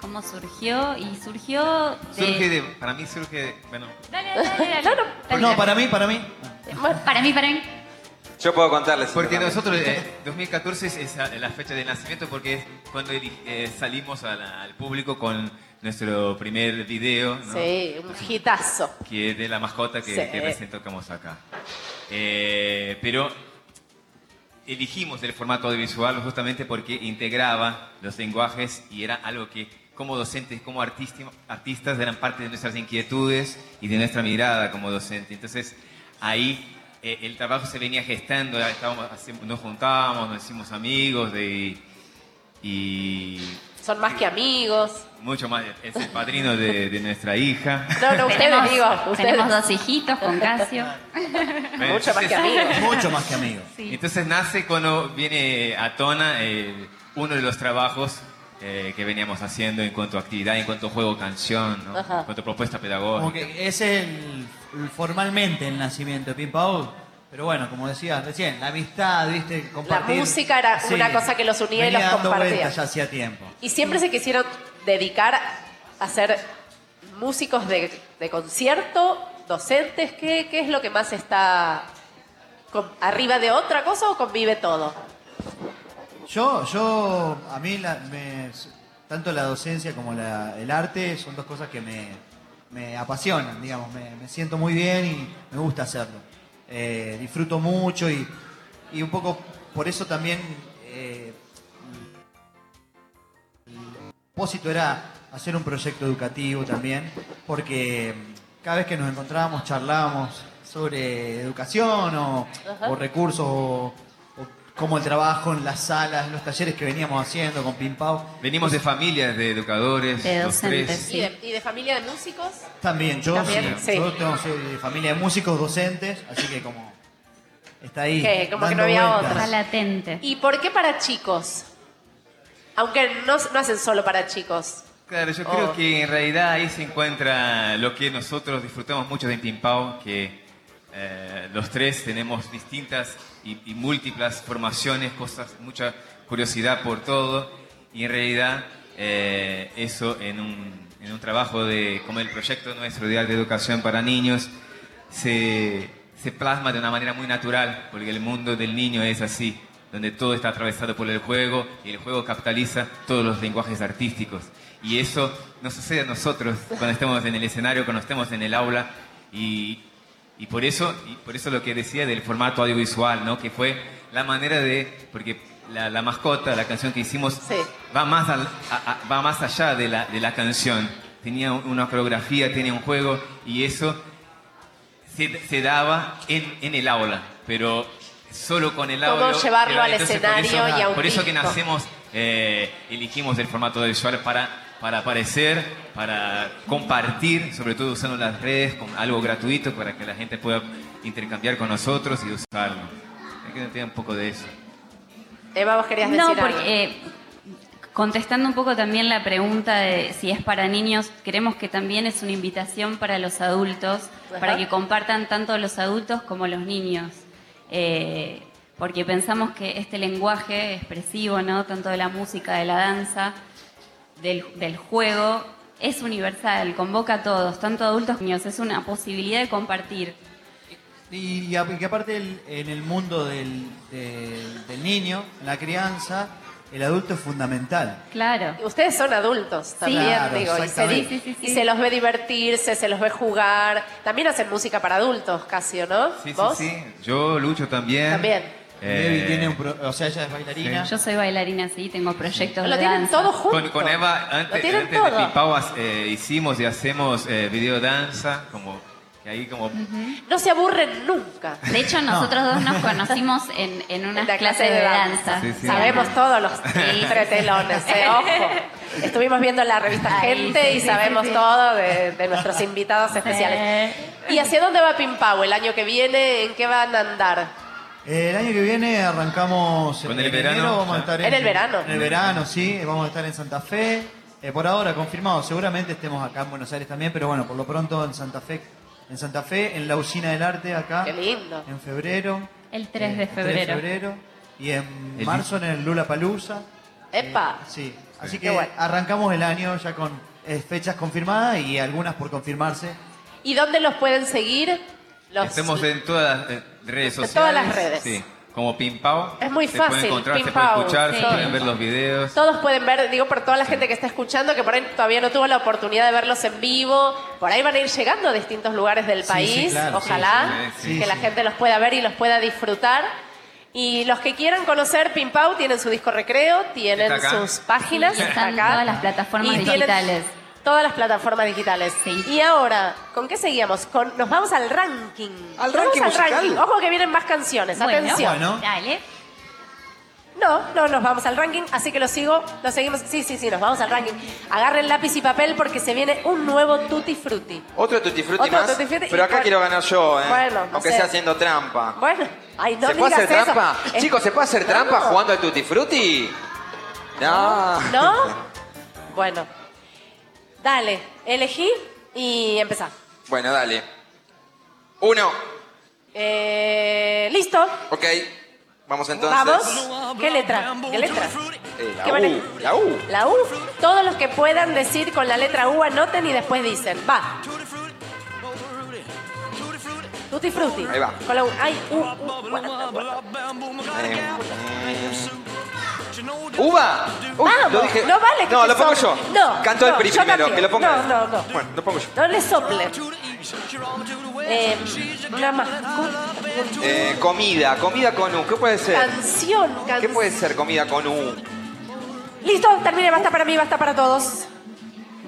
Speaker 10: ¿Cómo surgió? Y surgió de...
Speaker 12: Surge de, para mí surge de, bueno,
Speaker 10: Dale, dale, dale.
Speaker 11: No, para mí, para mí.
Speaker 10: Para mí, para mí.
Speaker 5: Yo puedo contarles.
Speaker 12: Porque nosotros, eh, 2014 es esa- la fecha de nacimiento porque es cuando eli- eh, salimos a la- al público con nuestro primer video, ¿no?
Speaker 4: Sí, un hitazo.
Speaker 12: que es de la mascota que,
Speaker 4: Sí.
Speaker 12: que recién tocamos acá. Eh, pero elegimos el formato audiovisual justamente porque integraba los lenguajes y era algo que como docentes, como artisti- artistas, eran parte de nuestras inquietudes y de nuestra mirada como docente. Entonces ahí
Speaker 8: eh, el trabajo se venía gestando, ya estábamos haciendo- nos juntábamos, nos hicimos amigos de- y
Speaker 4: Son más que amigos.
Speaker 8: mucho más. Es el padrino de, de nuestra hija.
Speaker 4: No, no, ustedes
Speaker 10: Tenemos-
Speaker 4: digo. Ustedes.
Speaker 10: tenemos dos hijitos con Casio.
Speaker 11: Eh,
Speaker 8: Mucho más que amigos.
Speaker 11: Mucho más que amigos.
Speaker 8: Entonces nace cuando viene a tona eh, uno de los trabajos eh, que veníamos haciendo en cuanto a actividad, en cuanto a juego canción, ¿no?
Speaker 11: Ajá.
Speaker 8: en cuanto a propuesta
Speaker 11: Como
Speaker 8: pedagógica.
Speaker 11: que es el, el- formalmente el nacimiento de Pim Pau. Pero bueno, como decía recién, la amistad, viste, El compartir.
Speaker 4: música era una cosa que los unía y
Speaker 11: Venía
Speaker 4: los
Speaker 11: dando
Speaker 4: compartía.
Speaker 11: vueltas ya hacía tiempo.
Speaker 4: Y siempre se quisieron dedicar a ser músicos de, de concierto, docentes. ¿Qué, qué es lo que más está con- arriba de otra cosa o convive todo?
Speaker 11: Yo, yo, a mí, la- me- tanto la docencia como la- el arte son dos cosas que me, me apasionan, digamos. Me, me siento muy bien y me gusta hacerlo. Eh, disfruto mucho y, y un poco por eso también eh, propósito era hacer un proyecto educativo también, porque mm, cada vez que nos encontrábamos charlábamos sobre educación o,
Speaker 16: Ajá.
Speaker 11: o recursos o, o cómo el trabajo en las salas, en los talleres que veníamos haciendo con Pimpao.
Speaker 8: Venimos de familias de educadores, los tres.
Speaker 4: ¿Y, de, y de familia de músicos?
Speaker 11: También, yo,
Speaker 4: También,
Speaker 11: sí,
Speaker 4: sí.
Speaker 11: yo tengo, soy de familia de músicos, docentes, así que como está ahí.
Speaker 4: Que como que
Speaker 11: dando
Speaker 4: no había
Speaker 11: vueltas.
Speaker 4: otra. latente. ¿Y por qué para chicos? Aunque no, no hacen solo para chicos.
Speaker 8: Claro, yo
Speaker 4: Oh.
Speaker 8: creo que en realidad ahí se encuentra lo que nosotros disfrutamos mucho de Pimpao, que eh, los tres tenemos distintas y, y múltiples formaciones, cosas, mucha curiosidad por todo, y en realidad eh, eso en un, en un trabajo de, como el proyecto nuestro de arte educación para niños, se, se plasma de una manera muy natural, porque el mundo del niño es así, donde todo está atravesado por el juego y el juego capitaliza todos los lenguajes artísticos. Y eso nos sucede a nosotros cuando estemos en el escenario, cuando estemos en el aula. Y, y por eso y por eso lo que decía del formato audiovisual, ¿no? que fue la manera de... Porque la, la mascota, la canción que hicimos, va, más al- a- a- va más allá de la, de la canción. Tenía una coreografía, tenía un juego y eso se, se daba en, en el aula, pero solo con el
Speaker 4: Todo
Speaker 8: aula.
Speaker 4: llevarlo
Speaker 8: pero
Speaker 4: al
Speaker 8: entonces
Speaker 4: escenario
Speaker 8: por eso,
Speaker 4: y a un
Speaker 8: Por eso que
Speaker 4: disco.
Speaker 8: nacemos, eh, elegimos el formato visual para, para aparecer, para compartir, sobre todo usando las redes, con algo gratuito para que la gente pueda intercambiar con nosotros y usarlo. Hay que entender un poco de eso.
Speaker 4: Eva, vos querías
Speaker 10: No,
Speaker 4: decir algo.
Speaker 10: porque eh, contestando un poco también la pregunta de si es para niños, creemos que también es una invitación para los adultos,
Speaker 17: Ajá.
Speaker 10: para que compartan tanto los adultos como los niños. Eh, porque pensamos que este lenguaje expresivo, ¿no? tanto de la música, de la danza, del, del juego, es universal, convoca a todos, tanto adultos como niños. Es una posibilidad de compartir.
Speaker 11: Y, y a- y que aparte el- en el mundo del, del- del niño, en la crianza, el adulto es fundamental.
Speaker 10: Claro.
Speaker 4: Ustedes son adultos también,
Speaker 11: Claro,
Speaker 4: digo, y se, di-
Speaker 11: exactamente.
Speaker 10: Sí, sí, sí,
Speaker 4: y
Speaker 10: sí.
Speaker 4: se los ve divertirse, se los ve jugar. También hacen música para adultos, casi, ¿o no?
Speaker 8: Sí, sí,
Speaker 4: ¿Vos?
Speaker 8: sí. Yo, Lucho también.
Speaker 4: También.
Speaker 8: Eh,
Speaker 11: Debbie tiene un pro- o sea, ella es bailarina.
Speaker 10: Yo soy bailarina, sí, tengo proyectos
Speaker 4: Lo
Speaker 10: de
Speaker 4: tienen
Speaker 10: danza.
Speaker 4: todo
Speaker 8: Con, con Eva,
Speaker 4: Lo
Speaker 8: antes,
Speaker 4: tienen
Speaker 8: antes de
Speaker 4: todo.
Speaker 8: Pipao, eh, hicimos y hacemos eh, videodanza, como que ahí como
Speaker 4: No se aburren nunca.
Speaker 10: De hecho,
Speaker 8: No.
Speaker 10: nosotros dos nos conocimos en, en unas
Speaker 4: La
Speaker 10: clases de danza.
Speaker 8: Sí, sí.
Speaker 4: Sabemos todos los
Speaker 10: sí,
Speaker 4: pretelones,
Speaker 10: sí.
Speaker 4: eh, ojo. Estuvimos viendo la revista
Speaker 10: Ay,
Speaker 4: Gente
Speaker 10: sí,
Speaker 4: y
Speaker 10: sí,
Speaker 4: sabemos
Speaker 10: sí, sí.
Speaker 4: todo de, de nuestros invitados especiales.
Speaker 10: Eh,
Speaker 4: ¿Y hacia dónde va Pimpau el año que viene? ¿En qué van a andar?
Speaker 11: El año que viene arrancamos
Speaker 8: Con
Speaker 11: en
Speaker 8: el
Speaker 11: enero,
Speaker 8: verano,
Speaker 11: vamos a
Speaker 8: ya.
Speaker 11: estar
Speaker 4: En el verano.
Speaker 11: En el verano, sí, vamos a estar en Santa Fe. Eh, por ahora confirmado, seguramente estemos acá en Buenos Aires también, pero bueno, por lo pronto en Santa Fe, en Santa Fe, en la Usina del Arte acá.
Speaker 4: Qué lindo.
Speaker 11: En febrero.
Speaker 10: El 3
Speaker 11: eh,
Speaker 10: de
Speaker 11: el
Speaker 10: febrero.
Speaker 11: febrero. y en
Speaker 8: El-
Speaker 11: marzo en el Lula Palusa.
Speaker 4: ¡Epa!
Speaker 11: Sí. Así
Speaker 4: Qué
Speaker 11: que
Speaker 4: bueno.
Speaker 11: arrancamos el año ya con eh, fechas confirmadas y algunas por confirmarse.
Speaker 4: ¿Y dónde los pueden seguir? Los-
Speaker 8: Estamos en todas las eh, redes
Speaker 4: En
Speaker 8: sociales.
Speaker 4: todas las redes.
Speaker 8: Sí, como Pimpao.
Speaker 4: Es muy
Speaker 8: se
Speaker 4: fácil,
Speaker 8: puede encontrar, se
Speaker 4: Pimpao,
Speaker 8: puede escuchar,
Speaker 4: sí.
Speaker 8: se pueden ver los videos.
Speaker 4: Todos pueden ver, digo, por toda la gente que está escuchando, que por ahí todavía no tuvo la oportunidad de verlos en vivo, por ahí van a ir llegando a distintos lugares del
Speaker 17: Sí,
Speaker 4: país,
Speaker 17: sí, claro,
Speaker 4: ojalá
Speaker 17: sí, sí, sí.
Speaker 4: que
Speaker 17: Sí,
Speaker 4: la
Speaker 17: sí.
Speaker 4: gente los pueda ver y los pueda disfrutar. Y los que quieran conocer Pimpau tienen su disco recreo, tienen
Speaker 10: Está acá.
Speaker 4: sus páginas,
Speaker 10: Y
Speaker 4: está
Speaker 10: están
Speaker 4: acá.
Speaker 10: todas las plataformas
Speaker 4: Y tienen-
Speaker 10: digitales.
Speaker 4: todas las plataformas digitales. Y ahora, ¿con qué seguíamos? Con- nos vamos al ranking.
Speaker 5: ¿Al
Speaker 4: Nos
Speaker 5: ranking
Speaker 4: vamos al
Speaker 5: musical?
Speaker 4: ranking. Ojo que vienen más canciones.
Speaker 10: Bueno,
Speaker 4: Atención.
Speaker 10: bueno. Dale.
Speaker 4: No, no nos vamos al ranking, así que lo sigo, lo seguimos. Sí, sí, sí, nos vamos al ranking. Agarren lápiz y papel porque se viene un nuevo Tutti Frutti.
Speaker 5: Otro Tutti Frutti
Speaker 4: Otro
Speaker 5: más.
Speaker 4: Tutti Frutti y
Speaker 5: pero acá
Speaker 4: bueno.
Speaker 5: quiero ganar yo, ¿eh?
Speaker 4: Bueno, no
Speaker 5: Aunque
Speaker 4: sé.
Speaker 5: sea haciendo trampa.
Speaker 4: Bueno, ay, no
Speaker 5: ¿Se puede
Speaker 4: digas
Speaker 5: hacer
Speaker 4: eso. Eh,
Speaker 5: trampa?
Speaker 4: Es-
Speaker 5: Chicos, ¿se puede hacer trampa
Speaker 4: No.
Speaker 5: jugando al Tutti Frutti? No.
Speaker 4: ¿No? Bueno. Dale, elegí y empezá.
Speaker 5: Bueno, dale. Uno.
Speaker 4: Eh, Listo.
Speaker 5: Ok. Vamos entonces.
Speaker 4: Vamos. ¿Qué letra? ¿Qué letra?
Speaker 5: Eh, la
Speaker 4: ¿Qué
Speaker 5: U.
Speaker 4: manera?
Speaker 5: La U.
Speaker 4: La U. Todos los que puedan decir con la letra U anoten y después dicen. Va. Tutti frutti.
Speaker 5: Ahí va.
Speaker 4: Con la U. Ay, U, U, bueno, bueno.
Speaker 5: Eh, Uva. Uy,
Speaker 4: Vamos,
Speaker 5: lo dije.
Speaker 4: no vale que
Speaker 5: No,
Speaker 4: te
Speaker 5: lo pongo yo.
Speaker 4: sople. No,
Speaker 5: Canto el
Speaker 4: no,
Speaker 5: pri-
Speaker 4: yo
Speaker 5: primero,
Speaker 4: también.
Speaker 5: que lo ponga.
Speaker 4: No, no, no.
Speaker 5: Bueno, lo pongo yo.
Speaker 4: No le soplen. Eh, una más.
Speaker 5: Eh, comida, comida con U. ¿Qué puede ser?
Speaker 4: Canción.
Speaker 5: ¿Qué
Speaker 4: canción.
Speaker 5: puede ser comida con U?
Speaker 4: Listo, termine. Basta para mí, basta para todos.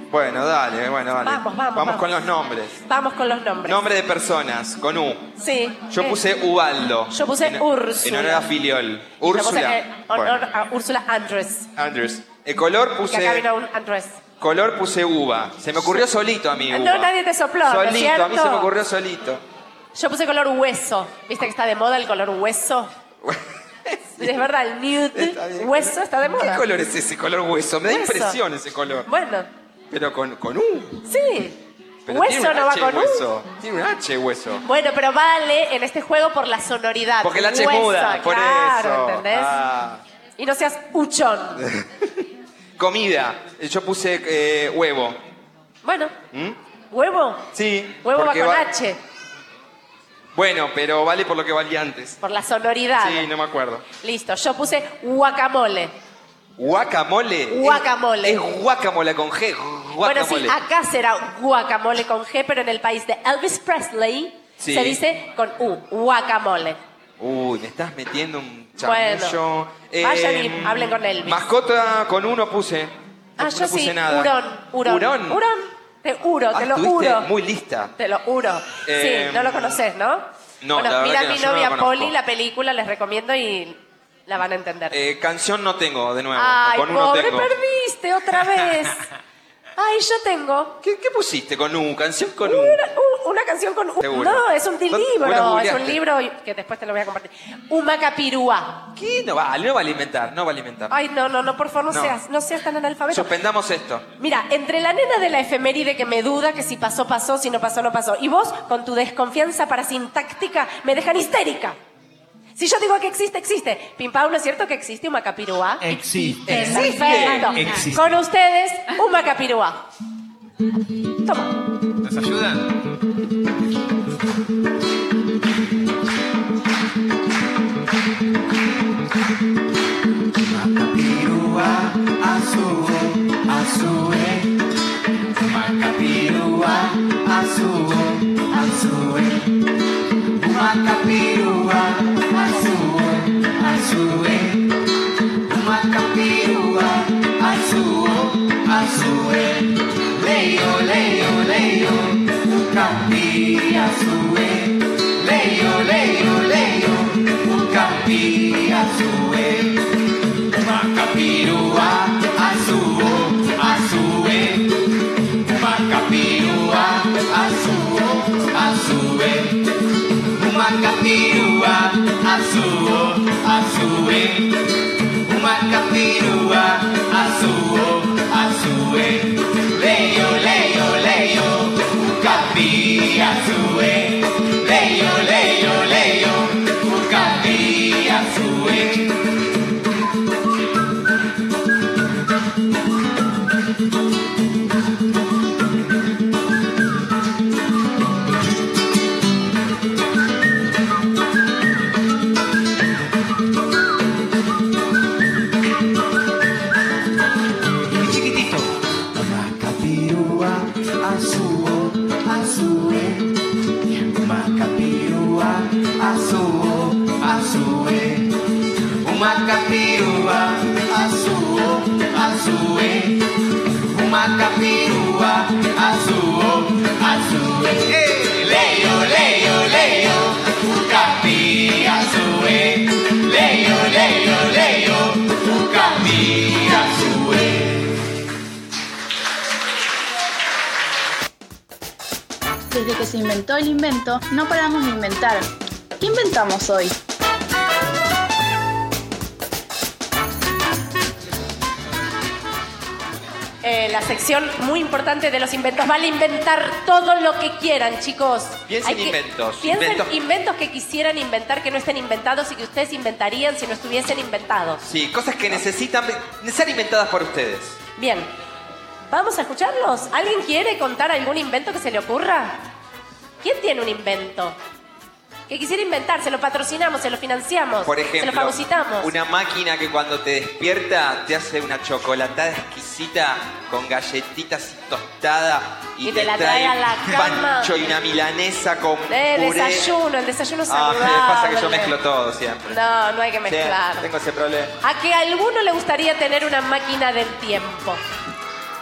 Speaker 5: Bueno, dale, bueno, dale.
Speaker 4: Vamos, vamos, vamos.
Speaker 5: con los nombres.
Speaker 4: Vamos con los nombres.
Speaker 5: Nombre de personas, con U.
Speaker 4: Sí.
Speaker 5: Yo
Speaker 4: Eh,
Speaker 5: puse Ubaldo.
Speaker 4: Yo puse
Speaker 5: En-
Speaker 4: Úrsula.
Speaker 5: En honor a
Speaker 4: yo
Speaker 5: Filiol.
Speaker 4: puse,
Speaker 5: Úrsula.
Speaker 4: eh, honor
Speaker 5: Bueno,
Speaker 4: a Úrsula Andrés.
Speaker 5: Andrews. El color
Speaker 4: Que acá vino
Speaker 5: puse,
Speaker 4: un Andrés.
Speaker 5: color puse uva. Se me ocurrió solito a mí uva.
Speaker 4: No, nadie te sopló, ¿no es
Speaker 5: Solito, a mí
Speaker 4: cierto?
Speaker 5: se me ocurrió solito.
Speaker 4: Yo puse color hueso. ¿Viste que está de moda el color hueso? Es verdad, el nude hueso está de
Speaker 5: ¿Qué
Speaker 4: moda.
Speaker 5: color es ese color hueso? Me da
Speaker 4: Hueso.
Speaker 5: impresión ese color.
Speaker 4: Bueno,
Speaker 5: Pero con, con U.
Speaker 4: sí.
Speaker 5: Pero
Speaker 4: Hueso
Speaker 5: tiene un
Speaker 4: no va
Speaker 5: H
Speaker 4: con U.
Speaker 5: hueso. Tiene un H hueso.
Speaker 4: Bueno, pero vale en este juego por la sonoridad.
Speaker 5: Porque la H es
Speaker 4: Ah, Hueso,
Speaker 5: muda, por
Speaker 4: claro,
Speaker 5: eso.
Speaker 4: ¿entendés?
Speaker 5: Ah.
Speaker 4: Y no seas uchón.
Speaker 5: Comida. Yo puse eh, huevo.
Speaker 4: Bueno,
Speaker 5: ¿Mm?
Speaker 4: huevo.
Speaker 5: Sí.
Speaker 4: Huevo va
Speaker 5: porque
Speaker 4: con
Speaker 5: va-
Speaker 4: H,
Speaker 5: Bueno, pero vale por lo que valía antes.
Speaker 4: por la sonoridad.
Speaker 5: Sí, no me acuerdo.
Speaker 4: Listo, yo puse guacamole.
Speaker 5: Guacamole.
Speaker 4: Guacamole.
Speaker 5: Es, es guacamole con G.
Speaker 4: Bueno,
Speaker 5: Guacamole.
Speaker 4: sí, acá será guacamole con G, pero en el país de Elvis Presley
Speaker 5: Sí.
Speaker 4: se dice con U, guacamole.
Speaker 5: Uy, me estás metiendo un
Speaker 4: Bueno,
Speaker 5: chamullo. Em,
Speaker 4: vayan y hablen con Elvis.
Speaker 5: Mascota con uno puse. No,
Speaker 4: Ah,
Speaker 5: no
Speaker 4: yo
Speaker 5: puse
Speaker 4: sí,
Speaker 5: nada.
Speaker 4: hurón, hurón.
Speaker 5: Hurón.
Speaker 4: Hurón, te juro,
Speaker 5: Ah,
Speaker 4: te lo
Speaker 5: estuviste
Speaker 4: juro.
Speaker 5: muy lista.
Speaker 4: Te lo juro.
Speaker 5: Eh,
Speaker 4: sí, no lo conoces, ¿no?
Speaker 5: no,
Speaker 4: bueno,
Speaker 5: la verdad
Speaker 4: mira
Speaker 5: que no,
Speaker 4: mi
Speaker 5: yo no la
Speaker 4: novia
Speaker 5: conozco.
Speaker 4: Poli, la película, les recomiendo y la van a entender.
Speaker 5: Eh, canción no tengo, de nuevo.
Speaker 4: Ay,
Speaker 5: con uno
Speaker 4: pobre,
Speaker 5: tengo.
Speaker 4: perdiste otra vez. Ay, yo tengo
Speaker 5: ¿Qué, qué pusiste con U? Canción con U.
Speaker 4: una, u- una canción con U.
Speaker 5: Seguro.
Speaker 4: No, es un
Speaker 5: ¿Dónde- vos la
Speaker 4: libro, es un
Speaker 5: googleaste?
Speaker 4: libro y- que después te lo voy a compartir. Humacapirúa.
Speaker 5: ¿Qué? No vale, no vale inventar, no vale inventar.
Speaker 4: Ay, no, no, no, por favor, no,
Speaker 5: No.
Speaker 4: seas, no seas tan analfabeto.
Speaker 5: Suspendamos esto.
Speaker 4: Mira, entre la nena de la efeméride que me duda que si pasó, pasó, si no pasó, no pasó, y vos, con tu desconfianza parasintáctica, me dejan histérica. Si yo digo que existe, existe. Pimpau, ¿no es cierto que existe un capirúa?
Speaker 11: Existe.
Speaker 4: Perfecto.
Speaker 12: Existe.
Speaker 4: Con ustedes, un macapirúa. Toma.
Speaker 12: ¿Nos ayudan?
Speaker 8: Macapirúa, azúe, azúe. Macapirúa, azúe, azúe. Macapirúa, azúe, azúe. Macapirúa, azúe, azúe. Leio, leio, leio. Capi, azúe. Leio, leio, leio. Capi, azúe. Macapirúa, azúo, azúe. Macapirúa, azúo, azúe. Macapirúa, azúo, azúe. Macapirúa, azúo, azúe. Leio, leio, leio. Capi, azúe. Leio, leio, leio. Capi, azúe. mi chiquitito. Macapirúa, azúo, azúe. Macapirúa, azúo, azúe. Macapirúa, azúo, azúe. Macapirúa,
Speaker 18: capirúa, azúo, azúe, Eh, leyo, leyo, leyo, capi, azúe, leyo, leyo, leyo, capi, azúe.
Speaker 1: Desde que se inventó el invento, no paramos de inventar. ¿Qué inventamos hoy?
Speaker 4: Eh, la sección muy importante de los inventos. Vale inventar todo lo que quieran, chicos.
Speaker 19: Piensen
Speaker 4: Hay que-
Speaker 19: inventos,
Speaker 4: Piensen
Speaker 19: inventos.
Speaker 4: inventos. que quisieran inventar, que no estén inventados y que ustedes inventarían si no estuviesen inventados.
Speaker 19: Sí, cosas que necesitan ser inventadas por ustedes.
Speaker 4: Bien. Vamos a escucharlos. ¿Alguien quiere contar algún invento que se le ocurra? ¿Quién tiene un invento? Que quisiera inventar, se lo patrocinamos, se lo financiamos,
Speaker 19: Por
Speaker 4: se lo
Speaker 19: ejemplo,
Speaker 4: fagocitamos. Eh,
Speaker 19: una máquina que cuando te despierta te hace una chocolatada exquisita con galletitas y tostada y,
Speaker 4: Y te la trae a la
Speaker 19: un
Speaker 4: cama.
Speaker 19: pancho y una milanesa con
Speaker 4: Eh,
Speaker 19: puré.
Speaker 4: desayuno, el desayuno
Speaker 19: Ah,
Speaker 4: saludable.
Speaker 19: me pasa que yo mezclo todo siempre.
Speaker 4: No, no hay que
Speaker 19: Sí,
Speaker 4: mezclar.
Speaker 19: tengo ese problema.
Speaker 4: A que a alguno le gustaría tener una máquina del tiempo.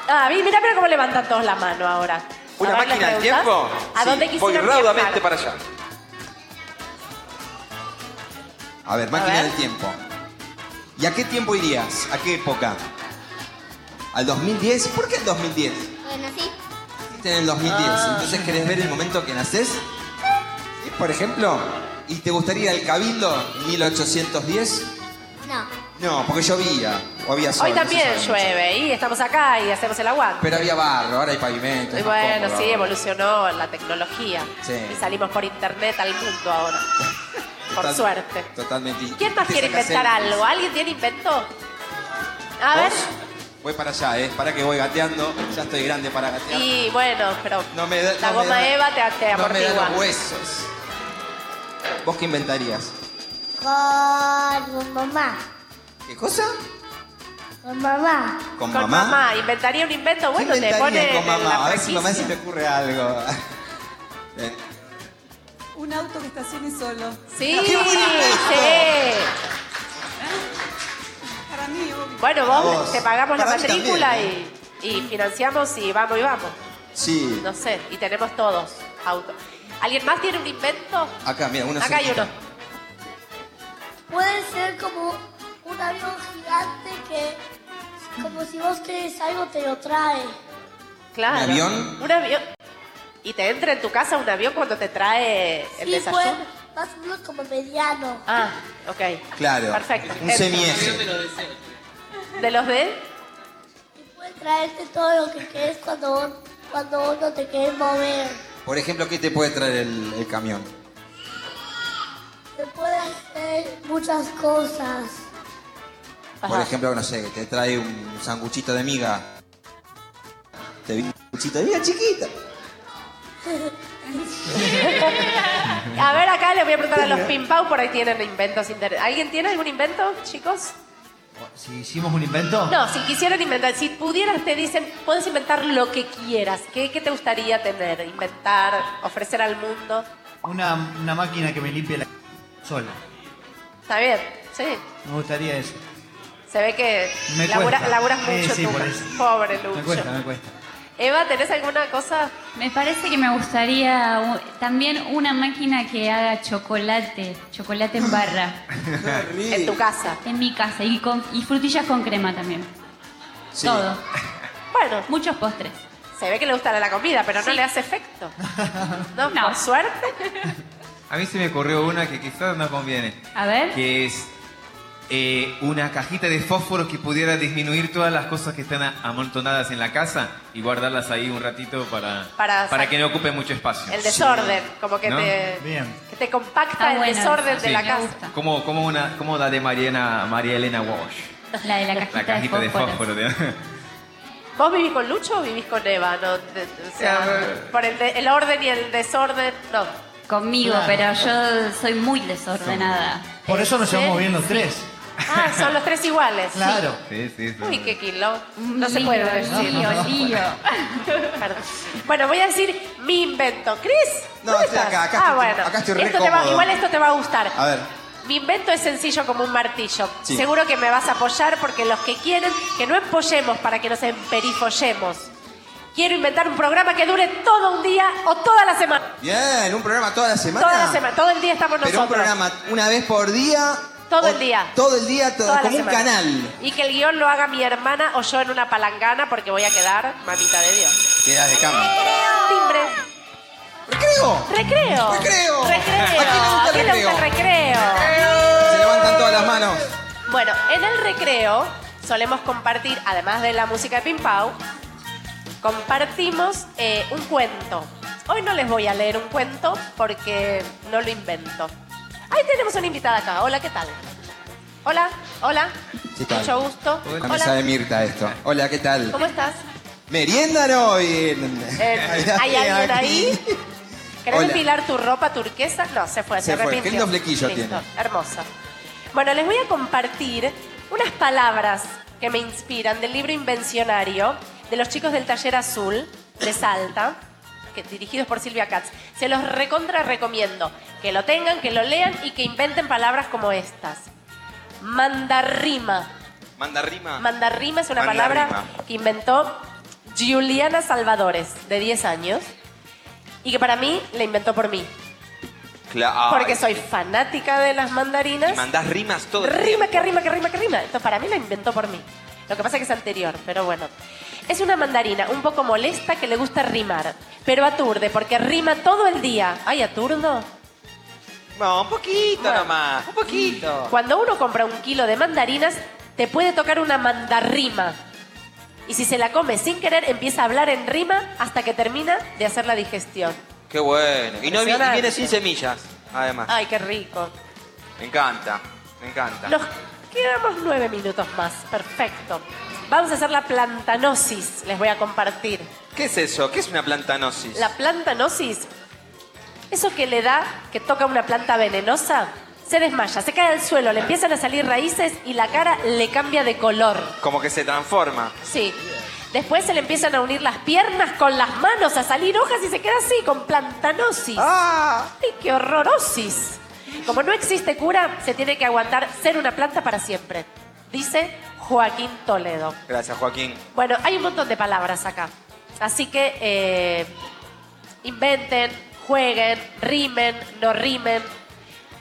Speaker 4: Ah, vi- mira, mira cómo levantan todos la mano ahora.
Speaker 19: ¿Una
Speaker 4: A ver las
Speaker 19: máquina del
Speaker 4: preguntas.
Speaker 19: tiempo?
Speaker 4: ¿A
Speaker 19: Sí,
Speaker 4: dónde
Speaker 19: Voy
Speaker 4: quisieran
Speaker 19: raudamente
Speaker 4: viajar?
Speaker 19: para allá.
Speaker 5: A ver, máquina del tiempo. ¿Y a qué tiempo irías? ¿A qué época? ¿Al 2010? ¿Por qué el 2010?
Speaker 3: Bueno, sí.
Speaker 5: Naciste en el 2010,
Speaker 3: Ah.
Speaker 5: entonces querés ver el momento que naces, ¿Sí? por ejemplo, y te gustaría el cabildo en 1810?
Speaker 3: No.
Speaker 5: No, porque llovía, o había sol.
Speaker 4: Hoy
Speaker 5: no se
Speaker 4: también
Speaker 5: sabe mucho.
Speaker 4: llueve y estamos acá y hacemos el aguante.
Speaker 5: Pero había barro, ahora hay pavimento.
Speaker 4: Y
Speaker 5: es más
Speaker 4: bueno,
Speaker 5: cómodo
Speaker 4: sí,
Speaker 5: ahora.
Speaker 4: evolucionó la tecnología.
Speaker 5: Sí.
Speaker 4: Y salimos por internet al mundo ahora. Por
Speaker 5: Total-
Speaker 4: suerte.
Speaker 5: Totalmente. Y
Speaker 4: ¿Quién más
Speaker 5: te
Speaker 4: quiere
Speaker 5: sacas
Speaker 4: inventar
Speaker 5: selfies.
Speaker 4: algo? ¿Alguien tiene invento? A ver.
Speaker 5: Voy para allá, ¿eh? Para que voy gateando. Ya estoy grande para gatear.
Speaker 4: Y bueno, pero
Speaker 5: No me da-
Speaker 4: la
Speaker 5: no me
Speaker 4: goma
Speaker 5: da-
Speaker 4: Eva te, te
Speaker 5: No me
Speaker 4: amortigua.
Speaker 5: dan los huesos. ¿Vos qué inventarías?
Speaker 3: Con mamá.
Speaker 5: ¿Qué cosa?
Speaker 3: Con mamá.
Speaker 5: ¿Con,
Speaker 4: Con
Speaker 5: mamá?
Speaker 4: mamá, inventaría un invento
Speaker 5: ¿Qué
Speaker 4: bueno, te
Speaker 5: inventarías
Speaker 4: pone
Speaker 5: con
Speaker 4: en la
Speaker 5: mamá? A ver si
Speaker 4: franquicia.
Speaker 5: mamá se me ocurre algo. Eh, Bien.
Speaker 20: Un auto que estacione solo.
Speaker 4: Sí,
Speaker 20: ¡Qué buen invento!
Speaker 4: sí.
Speaker 20: Para mí, obvio.
Speaker 4: Bueno, vos,
Speaker 5: Vos.
Speaker 4: te pagamos
Speaker 5: Para
Speaker 4: la
Speaker 5: mí
Speaker 4: matrícula
Speaker 5: también, ¿eh?
Speaker 4: y, y financiamos y vamos y vamos.
Speaker 5: Sí.
Speaker 4: No sé, y tenemos todos autos. ¿Alguien más tiene un invento?
Speaker 5: Acá, mira, uno
Speaker 4: Acá hay
Speaker 5: cerquita.
Speaker 4: uno.
Speaker 3: Puede ser como un avión gigante que, como si vos querés algo, te lo trae.
Speaker 4: Claro.
Speaker 5: ¿Un avión?
Speaker 4: Un avión. ¿Y te entra en tu casa un avión cuando te trae el
Speaker 3: Sí,
Speaker 4: desayuno?
Speaker 3: fue más o menos como mediano.
Speaker 4: Ah, ok.
Speaker 5: Claro.
Speaker 4: Perfecto.
Speaker 5: Un semi-S.
Speaker 4: ¿De los de?
Speaker 3: Puede traerte todo lo que querés cuando vos, cuando vos no te querés mover.
Speaker 5: Por ejemplo, ¿qué te puede traer el, el camión?
Speaker 3: Te puede hacer muchas cosas.
Speaker 5: Por ejemplo, no sé, te trae un sanguchito de miga. Te vi un sanguchito de miga chiquita.
Speaker 4: A ver, acá les voy a preguntar a los Pimpau, por ahí tienen inventos interesantes. ¿Alguien tiene algún invento, chicos?
Speaker 11: Si hicimos un invento.
Speaker 4: No, si quisieran inventar, si pudieras, te dicen, puedes inventar lo que quieras. ¿Qué, qué te gustaría tener? Inventar, ofrecer al mundo.
Speaker 11: Una, una máquina que me limpie la sola.
Speaker 4: Está bien, sí.
Speaker 11: Me gustaría eso.
Speaker 4: Se ve que
Speaker 11: Me
Speaker 4: labura-
Speaker 11: cuesta.
Speaker 4: laburas
Speaker 11: Sí,
Speaker 4: mucho
Speaker 11: sí,
Speaker 4: tú.
Speaker 11: por eso.
Speaker 4: Pobre
Speaker 11: Me
Speaker 4: Lucho.
Speaker 11: cuesta, me cuesta.
Speaker 4: Eva, ¿tenés alguna cosa?
Speaker 10: Me parece que me gustaría u- también una máquina que haga chocolate, chocolate en barra,
Speaker 5: Ah,
Speaker 4: En tu casa.
Speaker 10: en mi casa, y, con- y frutillas con crema también.
Speaker 4: Sí.
Speaker 10: Todo.
Speaker 4: Bueno.
Speaker 10: Muchos postres.
Speaker 4: Se ve que le gusta la comida, pero no le hace efecto. No, por suerte.
Speaker 8: A mí se me ocurrió una que quizás no conviene.
Speaker 10: A ver.
Speaker 8: que es eh, una cajita de fósforos que pudiera disminuir todas las cosas que están a- amontonadas en la casa y guardarlas ahí un ratito para,
Speaker 4: Para sac-
Speaker 8: que no ocupe mucho espacio.
Speaker 4: El desorden, como que
Speaker 8: ¿No?
Speaker 4: te, que te compacta
Speaker 10: Está
Speaker 4: el
Speaker 10: bueno
Speaker 4: desorden
Speaker 10: eso.
Speaker 4: de
Speaker 8: Sí.
Speaker 4: la casa.
Speaker 8: Como, como, una, como la de Mariana, María Elena Walsh,
Speaker 10: La de la cajita,
Speaker 8: la cajita de
Speaker 10: fósforos.
Speaker 8: fósforo. de-
Speaker 4: ¿Vos vivís con Lucho o vivís con Eva? No, de- de- o sea,
Speaker 5: Ah.
Speaker 4: por el, de- el orden y el desorden, no.
Speaker 10: Conmigo,
Speaker 4: Claro.
Speaker 10: pero yo soy muy desordenada. Este
Speaker 11: Por eso nos
Speaker 4: ¿Sí?
Speaker 11: llevamos bien los tres.
Speaker 4: Ah, son los tres iguales.
Speaker 11: Claro.
Speaker 8: Sí, sí, sí.
Speaker 4: Uy, qué kilo. No se
Speaker 10: Lío,
Speaker 4: puede decir.
Speaker 10: lío, lío.
Speaker 4: Perdón. Bueno, voy a decir mi invento. ¿Cris?
Speaker 5: No,
Speaker 4: ¿dónde
Speaker 5: estoy
Speaker 4: estás?
Speaker 5: acá, acá
Speaker 4: ah,
Speaker 5: estoy-
Speaker 4: bueno.
Speaker 5: acá estoy re
Speaker 4: Esto te va-
Speaker 5: cómodo.
Speaker 4: Igual esto te va a gustar.
Speaker 5: A ver.
Speaker 4: Mi invento es sencillo como un martillo.
Speaker 5: Sí.
Speaker 4: Seguro que me vas a apoyar porque los que quieren que no empollemos para que nos emperifollemos. Quiero inventar un programa que dure todo un día o toda la semana.
Speaker 6: Bien, un programa toda la semana.
Speaker 4: Toda la semana, todo el día estamos
Speaker 6: Pero un
Speaker 4: nosotros.
Speaker 6: programa una vez por día,
Speaker 4: Todo el día.
Speaker 6: todo el día, todo,
Speaker 4: Toda la
Speaker 6: como un
Speaker 4: semana.
Speaker 6: canal.
Speaker 4: Y que el guión lo haga mi hermana o yo en una palangana porque voy a quedar mamita de Dios.
Speaker 6: Quedas de cama.
Speaker 4: Timbre.
Speaker 6: ¡Recreo!
Speaker 4: ¡Recreo!
Speaker 6: ¡Recreo!
Speaker 4: ¡Recreo!
Speaker 6: ¿A quién le gusta el
Speaker 4: ¿A quién le gusta el recreo?
Speaker 6: Se levantan todas las manos.
Speaker 4: Bueno, en el recreo solemos compartir, además de la música de Pim Pau, compartimos eh, un cuento. Hoy no les voy a leer un cuento porque no lo invento. Ahí tenemos una invitada acá. Hola, ¿qué tal? Hola, hola.
Speaker 6: ¿Qué tal?
Speaker 4: Mucho gusto.
Speaker 6: Camisa de
Speaker 4: Hola,
Speaker 6: Mirta esto. Hola, ¿qué tal?
Speaker 4: ¿cómo estás?
Speaker 6: Meriendan hoy.
Speaker 4: Eh, ¿Hay alguien ahí? ¿Querés
Speaker 6: Hola.
Speaker 4: depilar tu ropa turquesa? No, se fue, se,
Speaker 6: Se fue.
Speaker 4: arrepintió.
Speaker 6: Qué lindo flequillo
Speaker 4: Listo,
Speaker 6: tiene.
Speaker 4: Hermoso. Bueno, les voy a compartir unas palabras que me inspiran del libro Invencionario de los chicos del Taller Azul de Salta, que, dirigidos por Silvia Katz. Se los recontra recomiendo. Que lo tengan, que lo lean y que inventen palabras como estas. Mandarrima.
Speaker 5: Manda
Speaker 6: Ah.
Speaker 5: rima.
Speaker 4: Mandarrima es una
Speaker 5: Mandarrima.
Speaker 4: palabra que inventó Juliana Salvadores, de 10 años, y que para mí la inventó por mí,
Speaker 5: Cla-
Speaker 4: porque
Speaker 5: Ay.
Speaker 4: soy fanática de las mandarinas.
Speaker 5: Y mandás rimas todo el
Speaker 4: Rima, que rima, que rima, que rima. Esto para mí la inventó por mí. Lo que pasa es que es anterior, pero bueno. Es una mandarina un poco molesta que le gusta rimar, pero aturde porque rima todo el día. Ay, aturdo.
Speaker 5: No, un poquito nomás. Un poquito.
Speaker 4: Cuando uno compra un kilo de mandarinas, te puede tocar una mandarrima. Y si se la come sin querer, empieza a hablar en rima hasta que termina de hacer la digestión.
Speaker 5: Qué bueno. Y, no, vi- y
Speaker 4: Impresionante.
Speaker 5: viene sin semillas, además.
Speaker 4: Ay, qué rico.
Speaker 5: Me encanta. Me encanta.
Speaker 4: Nos quedamos nueve minutos más. Perfecto. Vamos a hacer la plantanosis. Les voy a compartir.
Speaker 5: ¿Qué es eso? ¿Qué es una plantanosis?
Speaker 4: La plantanosis, eso que le da, que toca una planta venenosa, se desmaya, se cae al suelo, le empiezan a salir raíces y la cara le cambia de color.
Speaker 5: Como que se transforma.
Speaker 4: Sí. Después se le empiezan a unir las piernas con las manos, a salir hojas y se queda así, con plantanosis.
Speaker 5: Ah,
Speaker 4: ¡Ay, qué horrorosis! Como no existe cura, se tiene que aguantar ser una planta para siempre, dice Joaquín Toledo.
Speaker 5: Gracias, Joaquín.
Speaker 4: Bueno, hay un montón de palabras acá. Así que eh, inventen, jueguen, rimen, no rimen.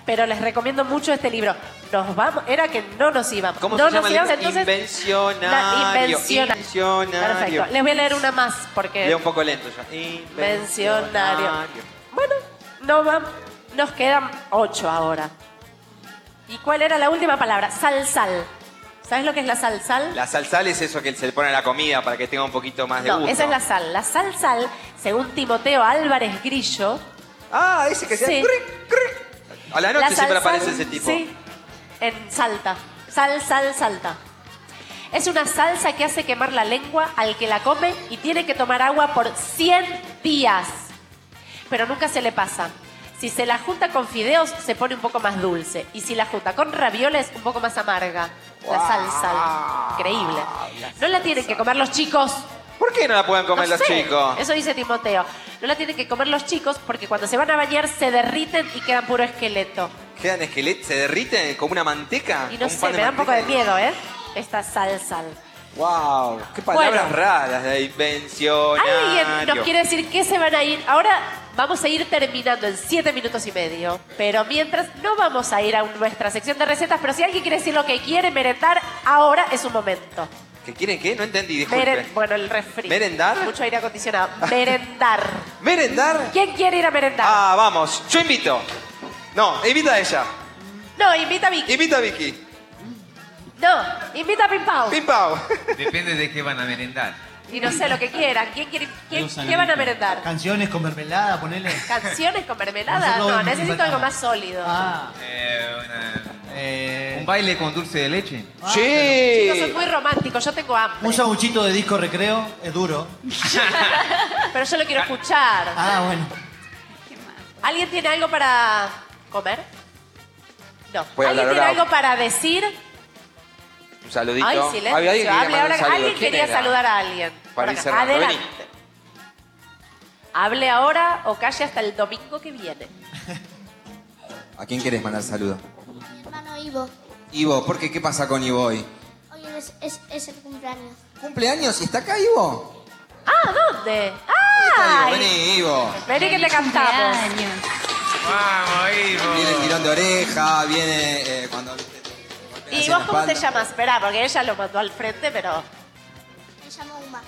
Speaker 4: Pero les recomiendo mucho este libro. Nos vamos, era que no nos íbamos.
Speaker 5: ¿Cómo
Speaker 4: no
Speaker 5: se llama
Speaker 4: nos
Speaker 5: el libro?
Speaker 4: íbamos, entonces.
Speaker 5: Invencionario.
Speaker 4: Na- invenciona-
Speaker 5: Invencionario.
Speaker 4: Perfecto. Les voy a leer una más porque.
Speaker 5: Leo un poco lento yo.
Speaker 4: Invencionario. Bueno, no va- nos quedan ocho ahora. ¿Y cuál era la última palabra? Salsal. ¿Sabes lo que es la salsal?
Speaker 5: La salsal es eso que se le pone a la comida para que tenga un poquito más de
Speaker 4: No,
Speaker 5: gusto.
Speaker 4: esa es la sal. La sal sal, según Timoteo Álvarez Grillo.
Speaker 5: Ah, ese que se
Speaker 4: sí,
Speaker 5: A la noche
Speaker 4: La
Speaker 5: siempre
Speaker 4: salsal,
Speaker 5: aparece ese tipo.
Speaker 4: sí. en Salta. Sal sal salta. Es una salsa que hace quemar la lengua al que la come y tiene que tomar agua por 100 días. Pero nunca se le pasa. Si se la junta con fideos, se pone un poco más dulce. Y si la junta con ravioles, un poco más amarga. La sal sal. Increíble. No la tienen que comer los chicos.
Speaker 5: ¿Por qué no la pueden comer
Speaker 4: No
Speaker 5: los
Speaker 4: sé.
Speaker 5: chicos?
Speaker 4: Eso dice Timoteo. No la tienen que comer los chicos porque cuando se van a bañar se derriten y quedan puro esqueleto.
Speaker 5: ¿Quedan esqueletos? ¿Se derriten como una manteca?
Speaker 4: Y
Speaker 5: Como
Speaker 4: no
Speaker 5: un
Speaker 4: sé,
Speaker 5: pan de
Speaker 4: me da un poco de
Speaker 5: manteca.
Speaker 4: miedo, ¿eh? Esta sal, sal.
Speaker 5: Wow, qué palabras
Speaker 4: Bueno.
Speaker 5: raras de invencionario.
Speaker 4: ¿Alguien nos quiere decir qué se van a ir? Ahora vamos a ir terminando en siete minutos y medio. Pero mientras no vamos a ir a un- nuestra sección de recetas, pero si alguien quiere decir lo que quiere merendar, ahora es un momento.
Speaker 5: ¿Que quieren qué? No entendí, disculpe.
Speaker 4: Meren- bueno, el refri.
Speaker 5: ¿Merendar?
Speaker 4: Mucho aire acondicionado. Merendar.
Speaker 5: ¿Merendar?
Speaker 4: ¿Quién quiere ir a merendar?
Speaker 5: Ah, vamos, yo invito. No, invita a ella.
Speaker 4: No, invita a Vicky.
Speaker 5: Invita a Vicky.
Speaker 4: No, invita a Pim Pau.
Speaker 5: Pim Pau.
Speaker 12: Depende de qué van a merendar.
Speaker 4: Y no sé, lo que quieran. ¿Quién quiere, quién-
Speaker 12: Los
Speaker 4: ¿Qué van a merendar?
Speaker 11: Canciones con mermelada, ponele.
Speaker 4: ¿Canciones con mermelada?
Speaker 11: Nosotros
Speaker 4: No,
Speaker 11: vamos a
Speaker 4: necesito
Speaker 11: inventar. Ah.
Speaker 4: algo más sólido.
Speaker 8: Eh,
Speaker 11: eh,
Speaker 12: ¿Un baile con dulce de leche?
Speaker 4: Chicos, soy muy romántico, yo tengo hambre.
Speaker 11: Un sabuchito de disco recreo es duro.
Speaker 4: Pero yo lo quiero escuchar.
Speaker 11: Ah, bueno.
Speaker 4: ¿Alguien tiene algo para comer? No.
Speaker 5: Voy a
Speaker 4: ¿Alguien
Speaker 5: hablar
Speaker 4: tiene
Speaker 5: ahora.
Speaker 4: algo para decir?
Speaker 5: Un saludito.
Speaker 4: Ay,
Speaker 5: Había alguien que
Speaker 4: silencio.
Speaker 5: quería
Speaker 4: Hable
Speaker 5: mandar un
Speaker 4: ahora.
Speaker 5: saludo.
Speaker 4: Alguien
Speaker 5: ¿Quién
Speaker 4: quería
Speaker 5: era?
Speaker 4: saludar a alguien. Por
Speaker 5: Para ir
Speaker 4: acá.
Speaker 5: cerrando. Vení.
Speaker 4: Adelante. Hable ahora o calle hasta el domingo que viene.
Speaker 6: ¿A quién querés mandar saludo?
Speaker 7: Hermano Ivo,
Speaker 6: Ivo, ¿por qué? ¿Qué pasa con Ivo hoy?
Speaker 7: hoy es, es- es el cumpleaños.
Speaker 6: ¿Cumpleaños? ¿Y está acá Ivo?
Speaker 21: Ah, ¿dónde?
Speaker 5: Ivo,
Speaker 21: ¡Ah!
Speaker 5: Vení, Ivo.
Speaker 21: Vení que te cantamos.
Speaker 10: Vamos, Ivo.
Speaker 5: Viene el tirón de oreja, viene eh, cuando...
Speaker 4: ¿Y
Speaker 5: la
Speaker 4: vos cómo te
Speaker 5: espalda.
Speaker 4: llamas? Esperá, porque ella lo mandó al frente, pero.
Speaker 3: Me llamo Uma.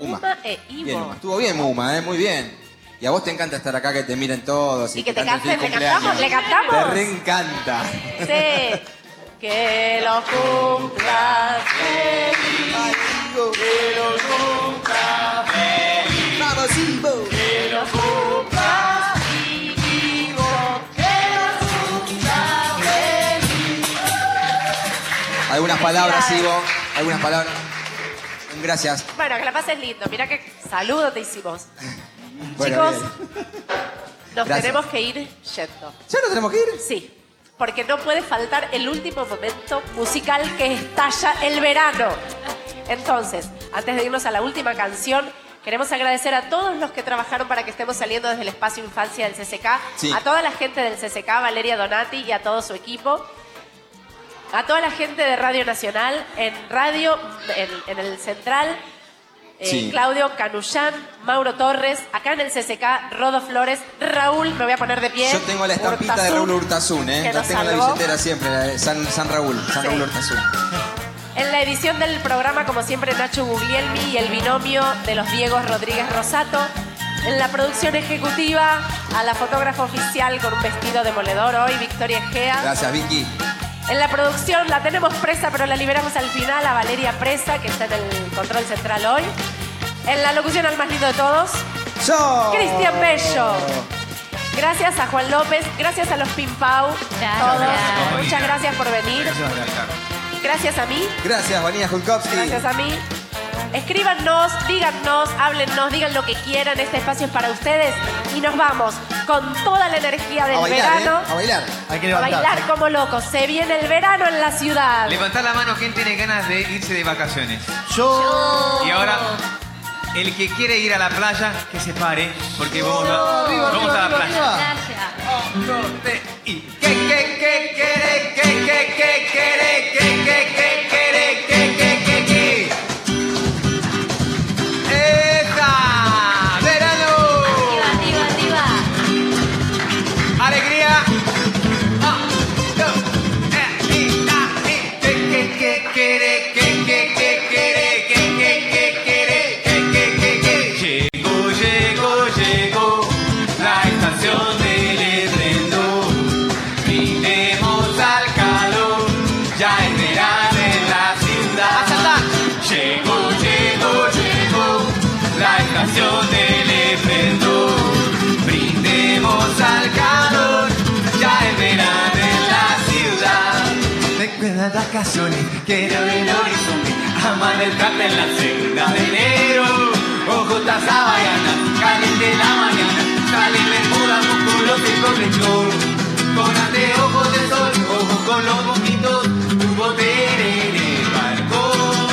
Speaker 5: Uma.
Speaker 4: e Ivo.
Speaker 5: Bien, Uma. Estuvo bien, Muma, ¿eh? Muy bien. Y a vos te encanta estar acá, que te miren todos. Y,
Speaker 4: que te
Speaker 5: canten feliz
Speaker 4: canten, ¿le cantamos?
Speaker 5: cumpleaños.
Speaker 4: ¿Le cantamos?
Speaker 5: Te reencanta.
Speaker 4: Sí. que lo cumpla feliz. Que lo cumpla feliz. Vamos, Ivo. Que lo cumpla Ivo. Que lo cumpla feliz.
Speaker 5: Algunas palabras, Ivo. Algunas palabras. Gracias.
Speaker 4: Bueno, que la pases lindo. Mira qué saludo te hicimos.
Speaker 5: Bueno,
Speaker 4: Chicos,
Speaker 5: bien.
Speaker 4: Nos
Speaker 5: Gracias.
Speaker 4: tenemos que ir yendo.
Speaker 5: ¿Ya nos tenemos que ir?
Speaker 4: Sí, porque no puede faltar el último momento musical que estalla el verano. Entonces, antes de irnos a la última canción, queremos agradecer a todos los que trabajaron para que estemos saliendo desde el espacio infancia del CCK,
Speaker 22: Sí.
Speaker 4: a toda la gente del CCK, Valeria Donati y a todo su equipo. A toda la gente de Radio Nacional, en Radio, en, en el Central, eh,
Speaker 22: Sí.
Speaker 4: Claudio Canullán, Mauro Torres, acá en el CCK, Rodo Flores, Raúl, me voy a poner de pie.
Speaker 5: Yo tengo la estampita de
Speaker 4: Urtasun.
Speaker 5: Raúl Urtasun, ¿eh?
Speaker 4: que
Speaker 5: La
Speaker 4: nos
Speaker 5: tengo en la
Speaker 4: salvó.
Speaker 5: billetera siempre, la de San, San Raúl, San
Speaker 4: Sí.
Speaker 5: Raúl Urtasun.
Speaker 4: En la edición del programa, como siempre, Nacho Guglielmi y el binomio de los Diegos Rodríguez Rosato. En la producción ejecutiva, a la fotógrafa oficial con un vestido demoledor hoy, Victoria Egea.
Speaker 5: Gracias, Vicky.
Speaker 4: En la producción la tenemos presa, pero la liberamos al final a Valeria Presa, que está en el control central hoy. En la locución al más lindo de todos,
Speaker 5: ¡Yo!
Speaker 4: Cristian Bello. Gracias a Juan López, gracias a los Pimpau, todos. Muchas gracias por venir. Gracias a mí.
Speaker 5: Gracias, Vanina Julkowski.
Speaker 4: Gracias a mí. Escríbanos, díganos, háblennos, digan lo que quieran. Este espacio es para ustedes. Y nos vamos con toda la energía del
Speaker 10: A bailar,
Speaker 4: verano.
Speaker 10: ¿eh? A bailar. Hay que
Speaker 4: A
Speaker 10: levantarse.
Speaker 4: bailar como locos. Se viene el verano en la ciudad.
Speaker 10: Levantad la mano quien tiene ganas de irse de vacaciones.
Speaker 4: Oh.
Speaker 11: Yo.
Speaker 10: Y ahora, el que quiere ir a la playa, que se pare, porque vamos
Speaker 4: Oh.
Speaker 10: a,
Speaker 11: Arriba,
Speaker 10: vamos
Speaker 11: arriba,
Speaker 10: a la
Speaker 11: arriba,
Speaker 10: playa.
Speaker 8: ¡Eta! ¡Verano! ¡Arriba, arriba, arriba! ¡Alegría! ¡Ah! ¡Dos! ¡Eh! ¡Y! ¡Ah! ¡Y! ¡Que, que, que, quere, que, que, que, quere, que, que, que, quere, que, que, que, que!
Speaker 10: Llegó, llegó, llegó la estación del estreno.
Speaker 8: Brindemos al calor, ya es verano en la ciudad. Llegó, llegó, llegó la estación del evento. Brindemos al calor, ya es verano en la ciudad. Recuerda las canciones que en el horizonte aman el plata en la senda de enero. Ojotas hawaianas, caliente la mañana, salen bermudas musculosos y con lechón. Con anteojos de sol, ojos con los mojitos, un botere en el balcón.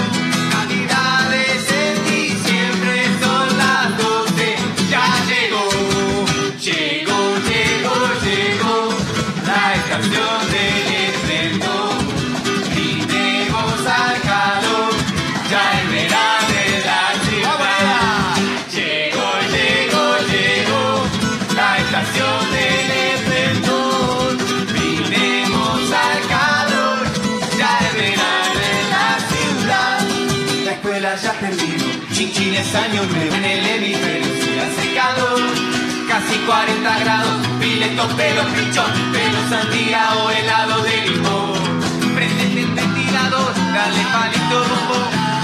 Speaker 8: Navidades en diciembre son las doce, ya llegó, llegó, llegó, llegó la estación del estreno. Brindemos al calor, ya el verano de la ciudad. Llegó, llegó, llegó la estación del esplendor. Brindemos al calor, ya el verano en la ciudad. La escuela ya terminó, chinchín es año nuevo en el hemisferio sur hace calor. Casi 40 grados, piletos, pelos, pichón, pelos, sandía o helado de limón. Prendete el ventilador, dale palito bombo,